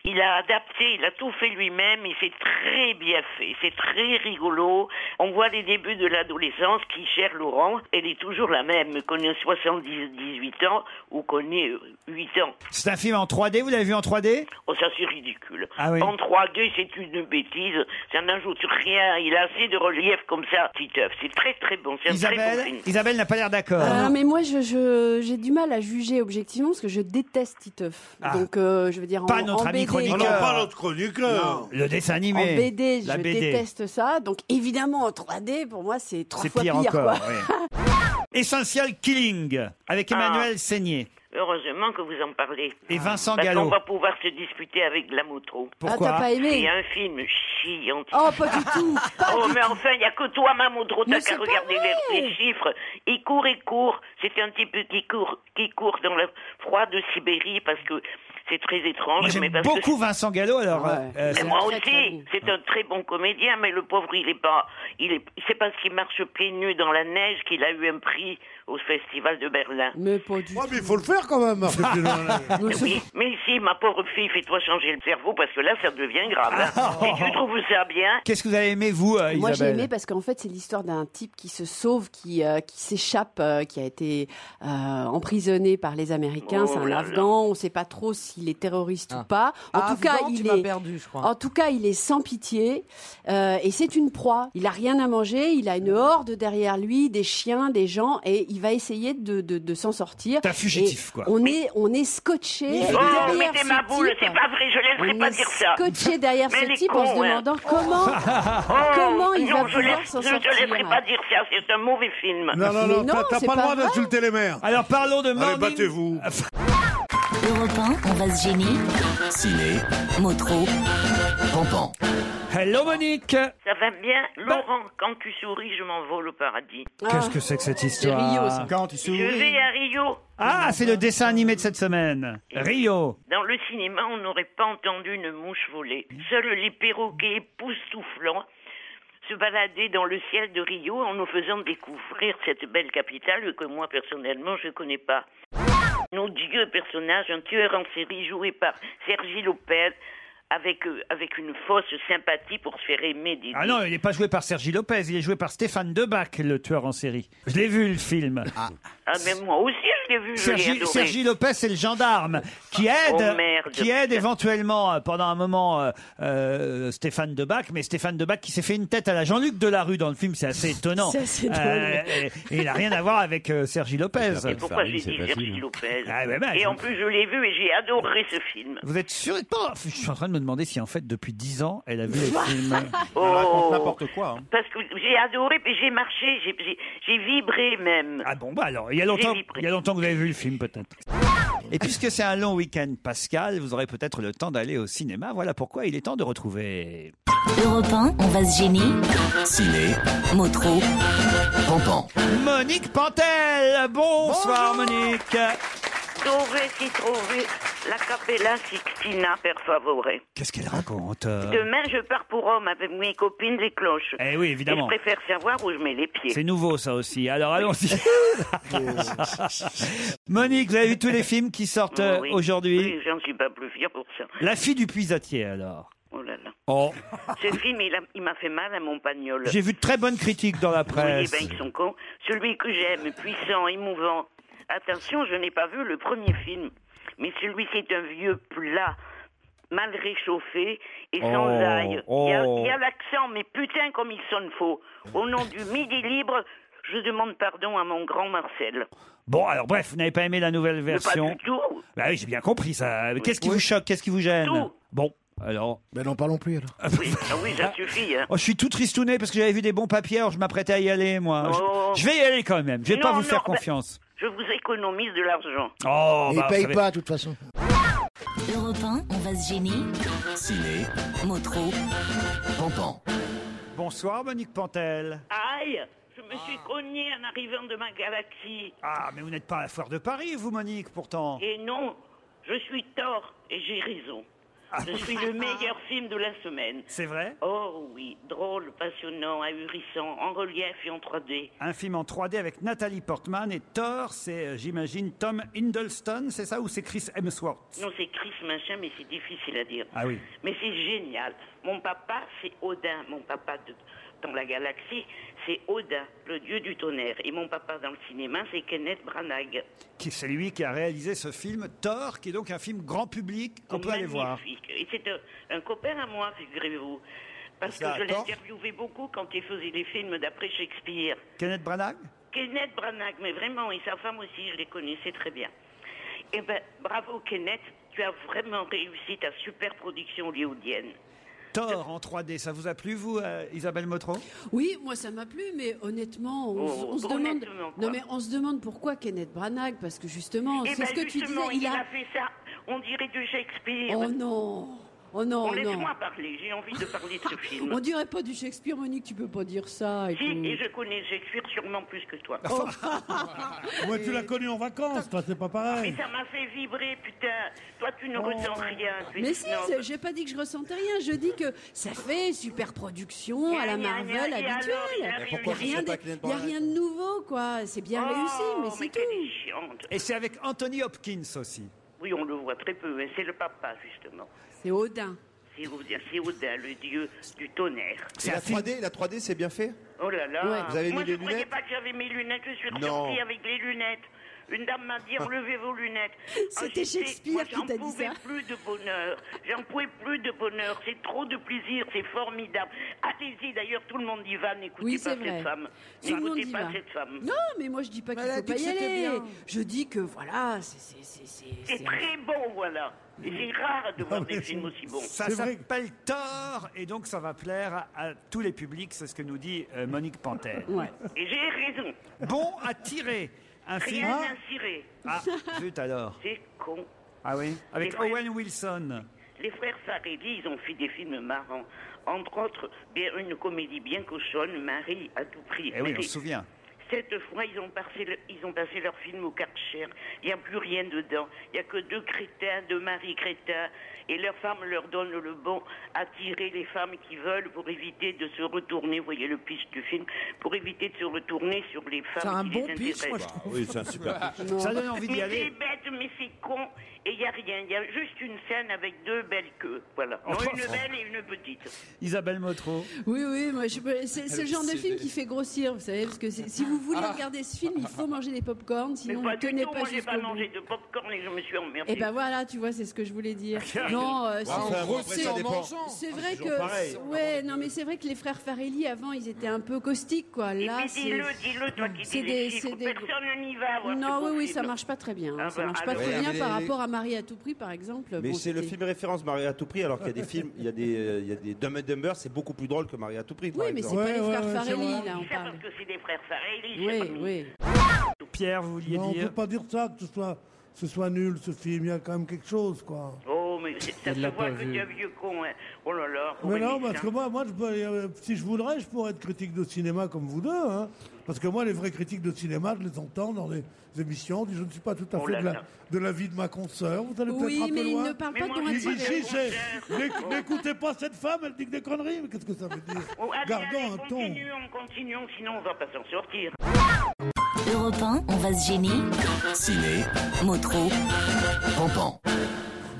il a adapté, il a tout fait lui-même et c'est très bien fait, c'est très rigolo. On voit les débuts de l'adolescence qui, cher Laurent, elle est toujours la même, qu'on ait 78 ans ou qu'on ait euh, 8 ans.
C'est un film en 3D, vous l'avez vu en 3D
Oh, ça, c'est ridicule.
Ah oui.
En 3D, c'est une bêtise. Ça n'ajoute rien. Il a assez de relief comme ça, Titeuf. C'est très, très bon. C'est un très bon
Isabelle
film.
Isabelle n'a pas l'air d'accord.
Euh, mais moi, je- je- j'ai du mal à juger objectivement parce que je déteste Titeuf.
Ah.
Donc, euh, je veux dire, en-
Pas notre
en
ami
BD,
Ah
chroniqueur.
quoi.
chroniqueur.
Le dessin animé.
En BD,
La
je
BD.
déteste ça. Donc évidemment, en 3D, pour moi, c'est trois
C'est
fois
pire,
pire.
encore.
quoi.
oui. Essential Killing avec
Ah.
Emmanuel Seigné.
Heureusement que vous en parlez.
Et Vincent
Parce
Gallo.
qu'on va pouvoir se discuter avec la moto.
Pourquoi Ah, t'as pas aimé
C'est un film chiant.
Oh, pas du tout.
oh, mais enfin, il n'y a que toi, Mamodro, t'as qu'à regarder les,
vrai.
les chiffres. Il court, il court. C'est un type qui court, qui court dans le froid de Sibérie parce que c'est très étrange.
Moi, j'aime
mais parce que
beaucoup Vincent Gallo, alors. euh,
Mais
c'est-
moi aussi, c'est un très bon comédien, mais le pauvre, il est pas, il est, c'est parce qu'il marche pieds nus dans la neige qu'il a eu un prix au festival de Berlin.
Mais pas du
Ah, mais il faut le faire quand
*laughs*
même. marcher plus loin, là.
Oui, mais si, ma pauvre fille, fais-toi changer le cerveau parce que là, ça devient grave.
Ah.
hein. Et tu trouves ça bien
Qu'est-ce que vous avez aimé, vous, euh,
Moi, j'ai
Isabelle
aimé parce qu'en fait, c'est l'histoire d'un type qui se sauve, qui, euh, qui s'échappe, euh, qui a été euh, emprisonné par les Américains.
Oh
c'est un
là là.
Afghan. On ne sait pas trop s'il est terroriste ou pas. En
Ah,
tout cas,
Afghan, tu
il
m'as
est
perdu, je crois.
En tout cas, il est sans pitié euh, et c'est une proie. Il a rien à manger. Il a une horde derrière lui, des chiens, des gens, et il va essayer de, de- de s'en sortir.
T'as fugitif,
Et
quoi.
On est on est scotché.
Oh,
derrière
mettez
ce
ma boule,
type.
c'est pas vrai, je laisserai
On
pas
est
dire ça.
Scotché derrière
Mais
ce
elle est
type
con,
en se
hein. Oh,
demandant
*laughs*
comment comment il
non,
va
je
pouvoir
laisse-
s'en
Je te laisserai
sortir. hein.
pas dire ça, c'est un mauvais film.
Non, non, non, t'as- t'as pas le droit d'insulter les mères.
Alors parlons de
Allez, battez-vous.
Europe 1, on va se gêner.
Ciné,
Mot trop.
Pampan.
*laughs* Hello, Monique
Ah.
Ça va bien
Bah-
Laurent, quand tu souris, je m'envole au paradis.
Ah.
Qu'est-ce que c'est que cette histoire
Quand tu
Je vais à Rio.
Ah, c'est le dessin animé de cette semaine. Rio.
Dans le cinéma, on n'aurait pas entendu une mouche voler. Seuls les perroquets époustouflants se baladaient dans le ciel de Rio en nous faisant découvrir cette belle capitale que moi, personnellement, je ne connais pas. Nos dieux personnages, un tueur en série joué par Sergi Lopez, avec, euh, avec une fausse sympathie pour se faire aimer des...
Ah non, il n'est pas joué par Sergi Lopez, il est joué par Stéphane Debac, le tueur en série. Je l'ai vu, le film.
Ah, mais moi aussi, je l'ai vu, je l'ai
Sergi,
adoré.
Sergi Lopez, c'est le gendarme qui aide,
Oh, merde.
qui aide éventuellement euh, pendant un moment euh, euh, Stéphane Debac, mais Stéphane Debac qui s'est fait une tête à la Jean-Luc Delarue dans le film, c'est assez étonnant.
C'est assez drôle.
et, et il n'a rien à voir avec euh, Sergi Lopez.
Et pourquoi j'ai dit Sergi Lopez
ouais, bah,
Et
je-
en plus, je l'ai vu et j'ai adoré ce film.
Vous êtes sûr et pas Je suis en train de me demander si en fait depuis 10 ans elle a vu le film.
Oh. raconte
n'importe quoi. hein.
Parce que j'ai adoré, puis j'ai marché, j'ai- j'ai j'ai vibré même.
Ah bon, bah alors, il y a longtemps, il y a longtemps que vous avez vu le film peut-être. Et puisque c'est un long week-end pascal, vous aurez peut-être le temps d'aller au cinéma. Voilà pourquoi il est temps de retrouver.
Europe 1, on va se gêner.
Ciné.
Mot trop.
Pompon.
Monique Pantel Bonsoir Monique
Trouver, si trouver, la Capella Sixtina per favore.
Qu'est-ce qu'elle raconte euh
Demain, je pars pour Rome avec mes copines les cloches.
Eh oui, évidemment.
Et je préfère savoir où je mets les pieds.
C'est nouveau ça aussi. Alors allons-y.
*laughs*
Monique, vous avez vu tous les films qui sortent euh,
Oh Oui,
aujourd'hui
Oui, j'en suis pas plus fier pour ça.
La fille du puisatier alors.
Oh là
*laughs*
là.
Oh,
Ce film, il a- il m'a fait mal à mon pagnol.
j'ai vu de très bonnes critiques dans la
Oui, eh
presse.
ben, ils sont cons. Celui que j'aime, puissant, émouvant. Attention, je n'ai pas vu le premier film, mais celui c'est un vieux plat, mal réchauffé et sans
Oh,
ail. Il y a-
oh.
il y a l'accent, mais putain comme il sonne faux. Au nom du midi libre, je demande pardon à mon grand Marcel.
Bon, alors bref, vous n'avez pas aimé la nouvelle
Mais pas
version
du tout.
Bah oui, j'ai bien compris ça. Qu'est-ce qui vous choque Qu'est-ce qui vous gêne
Tout.
Bon, alors. Ben n'en parlons plus alors.
Oui, ah oui, ça suffit. hein.
Oh, je suis tout tristouné parce que j'avais vu des bons papiers, alors je m'apprêtais à y aller, moi. Je-
Oh.
Je, vais y aller quand même, je vais pas
Non,
vous
non,
faire
bah-
confiance.
Je vous économise de l'argent.
Oh,
Il
bah,
paye
vous savez-
pas, de toute façon.
Europe 1, on va se gêner.
Ciné.
Mot trop.
Pompon.
Bonsoir, Monique Pantel.
Aïe, je me suis cogné en arrivant de ma galaxie.
Ah, mais vous n'êtes pas à la foire de Paris, vous, Monique, pourtant.
Et non, je suis tort et j'ai raison.
Ah.
Je suis le meilleur film de la semaine.
C'est vrai
Oh oui, drôle, passionnant, ahurissant, en relief et en 3D.
Un film en 3D avec Nathalie Portman et Thor, c'est, euh, j'imagine, Tom Hiddleston, c'est ça, ou c'est Chris Hemsworth
Non, c'est Chris machin, mais c'est difficile à dire.
Ah oui.
Mais c'est génial. Mon papa, c'est Odin. Mon papa de- dans la galaxie, c'est Odin, le dieu du tonnerre. Et mon papa dans le cinéma, c'est Kenneth Branagh.
Qui- C'est lui qui a réalisé ce film, Thor, qui est donc un film grand public qu'on peut aller voir.
Magnifique. Et c'est un, un copain à moi, figurez-vous. Parce que
Ça,
je
attends.
l'interviewais beaucoup quand il faisait les films d'après Shakespeare.
Kenneth Branagh
Kenneth Branagh, mais vraiment, et sa femme aussi, je les connaissais très bien. Eh ben, bravo Kenneth, tu as vraiment réussi ta super production hollywoodienne.
Thor en 3D, ça vous a plu, vous, euh, Isabelle Motro
Oui, moi ça m'a plu, mais honnêtement, on,
Oh,
on se
honnêtement,
demande.
quoi.
Non, mais on se demande pourquoi Kenneth Branagh, parce que justement,
Eh
Oh, c'est
ben,
ce que tu disais,
justement,
il a.
fait ça, on dirait du Shakespeare.
Oh non, oh non,
Bon,
oh non. Oh,
Laisse-moi parler, j'ai envie de parler de
*laughs*
ce film.
On dirait pas du Shakespeare, Monique, tu peux pas dire ça. Et
Si,
tout.
et je connais Shakespeare sûrement plus que toi.
Oh.
Ah, Ouais, tu l'as connu en vacances, toi, c'est pas
Ah, Mais
pareil.
ça m'a fait vibrer, putain. Toi, tu ne
Oh.
ressens rien. tu es
Mais
une
si,
snob.
c'est- j'ai pas dit que je ressentais rien. Je dis que ça fait super production à la
Gna, gna,
Marvel
gna, et
habituelle.
alors, il a Oh, Mais pourquoi réussi.
y a, rien
tu sais pas
de,
Kenneth
y a
Branagh
rien de nouveau, quoi. C'est bien réussi, mais c'est tout.
Et c'est avec Anthony Hopkins aussi.
Oui, on le voit très peu, mais c'est le papa, justement.
C'est Odin.
C'est Odin, c'est Odin, le dieu du tonnerre.
Et la 3D, la 3D, c'est bien fait
Oh là là
Ouais. Vous avez
Moi,
mis les
je ne croyais
lunettes
pas que j'avais mes lunettes, je suis
Non.
ressortie avec les lunettes. Une dame m'a dit enlevez vos lunettes.
Ah. *laughs* C'était
Ah, j'étais-
Shakespeare
moi,
qui t'a dit ça.
J'en pouvais plus de bonheur. J'en pouvais plus de bonheur. C'est trop de plaisir. C'est formidable. Allez-y. D'ailleurs, tout le monde y va. N'écoutez
Oui,
pas
c'est vrai.
cette femme.
Tout le monde
N'écoutez
y
pas
va.
cette femme.
Non, mais moi je dis pas qu'il
elle a
faut
dit
pas
que
y
c'était
aller.
bien.
Je dis que voilà, c'est- c'est- c'est- c'est.
C'est très bon, voilà. Et c'est rare de voir des films aussi bons.
Ça s'appelle Thor, et donc ça va plaire à, à tous les publics, c'est ce que nous dit euh, Monique Pantel.
Et j'ai raison.
Bon à tirer un film.
Rien n'a ciré.
Ah, zut alors.
C'est con.
Ah oui Avec
C'est vrai.
Owen Wilson.
Les frères Farelli, ils ont fait des films marrants. Entre autres, bien une comédie bien cochonne, Marie à tout prix.
Eh oui,
Mais
on se souvient.
Cette fois, ils ont passé, le- ils ont passé leur film au Karcher. Il n'y a plus rien dedans. Il n'y a que deux crétins, deux maris crétins. Et leurs femmes leur donnent le bon à tirer les femmes qui veulent pour éviter de se retourner. Vous voyez le pitch du film Pour éviter de se retourner sur les femmes
C'est un
qui
bon
les
pitch, moi, je
intéressent.
trouve. Ah oui, c'est un super pitch.
Ça donne envie d'y
Mais
aller.
c'est bête, reste, mais c'est con. Et il n'y a rien. Il y a juste une scène avec deux belles queues. Voilà. Non, une belle et une petite.
Isabelle Motro.
Oui, oui, moi, je peux- c'est c'est le genre de film qui fait grossir, vous savez, parce que c'est- si vous voulez
Ah.
regarder ce film, il faut manger des pop-corn,
Mais
sinon vous
pas
ne
du
tenez
tout.
pas
Moi, j'ai
jusqu'au
pas
bout.
mangé de popcorn et je me suis emmerdée.
Et ben voilà, tu vois, c'est ce que je voulais dire. Non, euh,
Ouais,
c'est-
enfin, bon, après,
c'est
ça dépend.
c'est
C'est
vrai
toujours pareil.
que ouais, non mais c'est vrai que les frères Farelli avant, ils étaient un peu caustiques quoi.
Et
Là,
puis,
c'est
dis-le, dis-le, toi qui
c'est
dis
des-
les
c'est
chiffres.
des-
Personne n'y va. voir,
Non,
c'est
oui, oui,
possible.
ça marche pas très bien. hein.
Ah
ça
bah,
marche pas
alors-
très
Ouais,
bien
mais
par
les-
rapport à Marie à tout prix, par exemple.
Mais
Bon,
c'est le
c'était-
film référence Marie à tout prix, alors qu'il y a des films, il y a des, euh, il y a des Dumb and Dumber, c'est beaucoup plus drôle que Marie à tout prix.
Oui, mais c'est pas les frères Farelli là, on parle.
Parce que c'est des frères Farelli.
Oui, oui.
Pierre, vous vouliez
Non, on
dire
hein.
peut pas dire ça, que ce soit, ce soit nul ce film. Il y a quand même quelque chose, quoi.
Oh, mais c'est- ça
Il
se
l'a
voit
pas
que
vu.
tu es un vieux con. hein. Oh là là.
Mais
ouais,
non,
mais
parce que
ça-
moi, moi je peux- euh, si je voudrais, je pourrais être critique de cinéma comme vous deux. hein. Parce que moi, les vrais critiques de cinéma, je les entends dans les émissions. on dit, Je ne suis pas tout à
Oh
fait
là
de la,
là.
de la vie de ma consoeur. Vous allez
Oui,
peut-être un peu
mais il
loin.
ne parle Mais pas moi, comme un
Il dit,
type.
si, c'est- n'éc- N'écoutez pas cette femme, elle dit que des conneries. Mais qu'est-ce que ça veut dire
Oh, allez, allez,
Gardons un ton.
continuons, continuons, sinon on va pas s'en sortir.
Europe 1, on va se gêner.
Ciné.
Motro.
Pompon.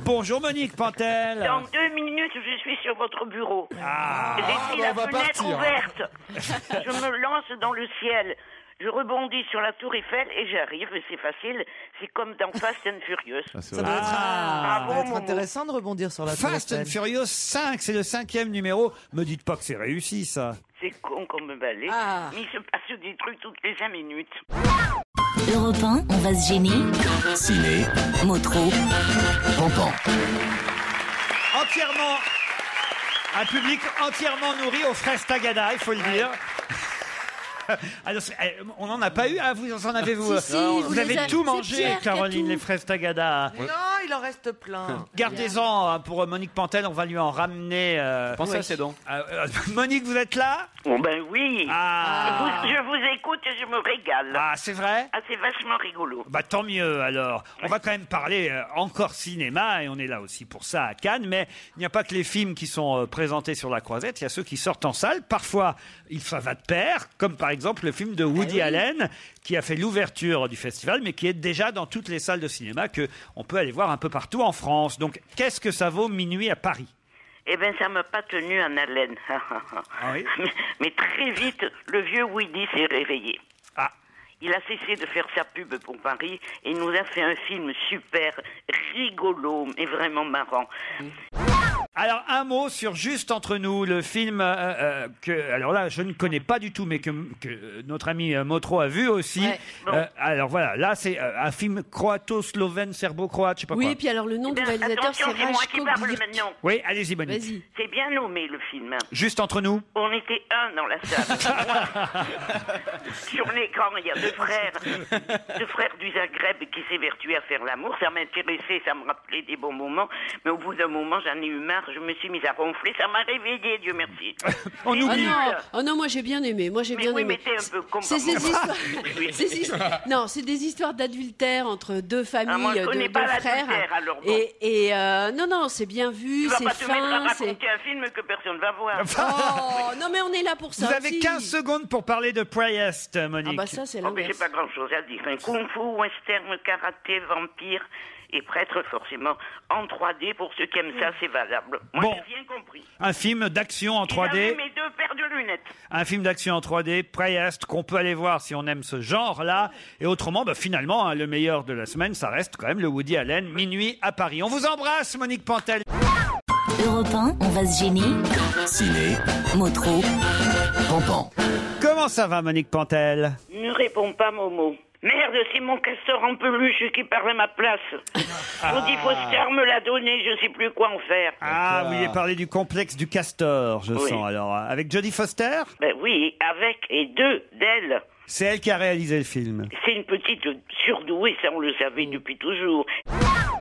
Bonjour Monique Pantel.
Dans deux minutes, je suis sur votre bureau. J'ai pris
bah,
la
on va
fenêtre
partir, hein. *laughs*
ouverte. je me lance dans le ciel. Je rebondis sur la tour Eiffel et j'arrive. C'est facile. C'est comme dans Fast and Furious.
Ça doit être,
Ah,
Bravo,
ça doit être
Momo.
intéressant de rebondir sur
Ah,
la tour
Fast and
Eiffel.
Furious 5, c'est le cinquième numéro. Me dites pas que c'est réussi ça.
C'est con qu'on me balaye. Mais il se passe des trucs toutes les cinq minutes.
Europe 1, on va se gêner.
Ciné.
Motro.
Pompon.
Entièrement. Un public entièrement nourri aux fraises Tagada, il faut le dire. *laughs* Alors, c'est- eh, on n'en a pas eu, ah, vous en avez vous
Si, si,
euh,
vous
Vous avez
les a-
tout
c'est
mangé,
Pierre qui a
Caroline,
tout.
les fraises Tagada.
Mais non, il en reste plein.
*laughs* Gardez-en hein, pour euh, Monique Pantel, on va lui en ramener. euh,
Pensez à ses dents.
Euh, euh, *laughs* Monique, vous êtes là
Bon ben oui.
Ah.
Je, vous, je vous écoute et je me régale.
Ah, c'est vrai
Ah, c'est vachement rigolo.
Bah tant mieux alors. On va quand même parler euh, encore cinéma et on est là aussi pour ça à Cannes. Mais il n'y a pas que les films qui sont euh, présentés sur la croisette. Il y a ceux qui sortent en salle. Parfois, il ça va de pair, comme par exemple le film de Woody Allen qui a fait l'ouverture du festival, mais qui est déjà dans toutes les salles de cinéma que on peut aller voir un peu partout en France. Donc, qu'est-ce que ça vaut minuit à Paris
Eh ben, ça m'a pas tenu en haleine. *laughs*
Ah
mais, mais très vite, le vieux Woody s'est réveillé.
Ah.
Il a cessé de faire sa pub pour Paris et il nous a fait un film super, rigolo, mais vraiment marrant.
Alors un mot sur Juste entre nous, le film euh, euh, que alors là je ne connais pas du tout, mais que, que notre ami euh, Motro a vu aussi. Euh, alors voilà, là c'est euh, un film croato-slovène, serbo-croate, je sais pas
Oui,
quoi.
et puis alors le nom
Eh
du
ben,
réalisateur c'est
attention, c'est moi qui
Rajko
parle
Birk.
maintenant.
Oui, allez-y Monique.
C'est bien nommé le film.
Juste entre nous.
On était un dans la
*laughs*
salle. Sur l'écran, il y a deux frères. Deux frères du Zagreb qui s'évertuaient à faire l'amour. Ça m'intéressait, ça me rappelait des bons moments. Mais au bout d'un moment, j'en ai eu marre. Je me suis mise à ronfler. Ça m'a réveillée, Dieu merci.
Oh non, oh non, moi j'ai bien aimé. Moi j'ai
Mais
bien
oui,
aimé.
mais t'es un peu con
C'est
par *laughs*
ces
contre.
histoires.
Oui.
c'est *laughs* ces
*laughs*
histoires- Non, c'est des histoires d'adultère entre deux familles,
Ah, moi, je
euh, de,
connais
de
pas
frères.
l'adultère, alors bon.
Et, et, euh, non, non, c'est bien
Tu
vu,
vas
c'est
pas te mettre à
fin.
*laughs*
c'est-
raconter Ah, un film que personne va voir.
Oh non, mais on est là pour ça.
Vous avez
aussi.
15 secondes pour parler de Priest, euh, Monique.
Ah bah ça c'est
Oh, mais j'ai
l'inverse.
pas grand chose à dire. Un kung fu, western, karaté, vampire et prêtre, forcément, en 3D. Pour ceux qui aiment ça, c'est valable. Moi,
Bon.
j'ai bien compris.
Un film d'action en
J'avais
3D,
mes deux paires de lunettes.
un film d'action en 3D, Priest qu'on peut aller voir si on aime ce genre-là. Et autrement, bah, finalement, hein, le meilleur de la semaine, ça reste quand même le Woody Allen, Minuit à Paris. On vous embrasse, Monique Pantel.
Europe 1, on va se gêner.
Ciné.
Motro.
Pompon.
Comment ça va, Monique Pantel
Ne réponds pas, Momo. Merde, c'est mon castor en peluche qui parle à ma place. Audi Foster me l'a donné, je sais plus quoi en faire.
Ah, vous vouliez parler du complexe du castor, je
Oui.
sens. Alors, avec Jodie Foster
Ben oui, avec et deux d'elle.
C'est elle qui a réalisé le film.
C'est une petite surdouée, ça on le
Mm.
savait depuis toujours.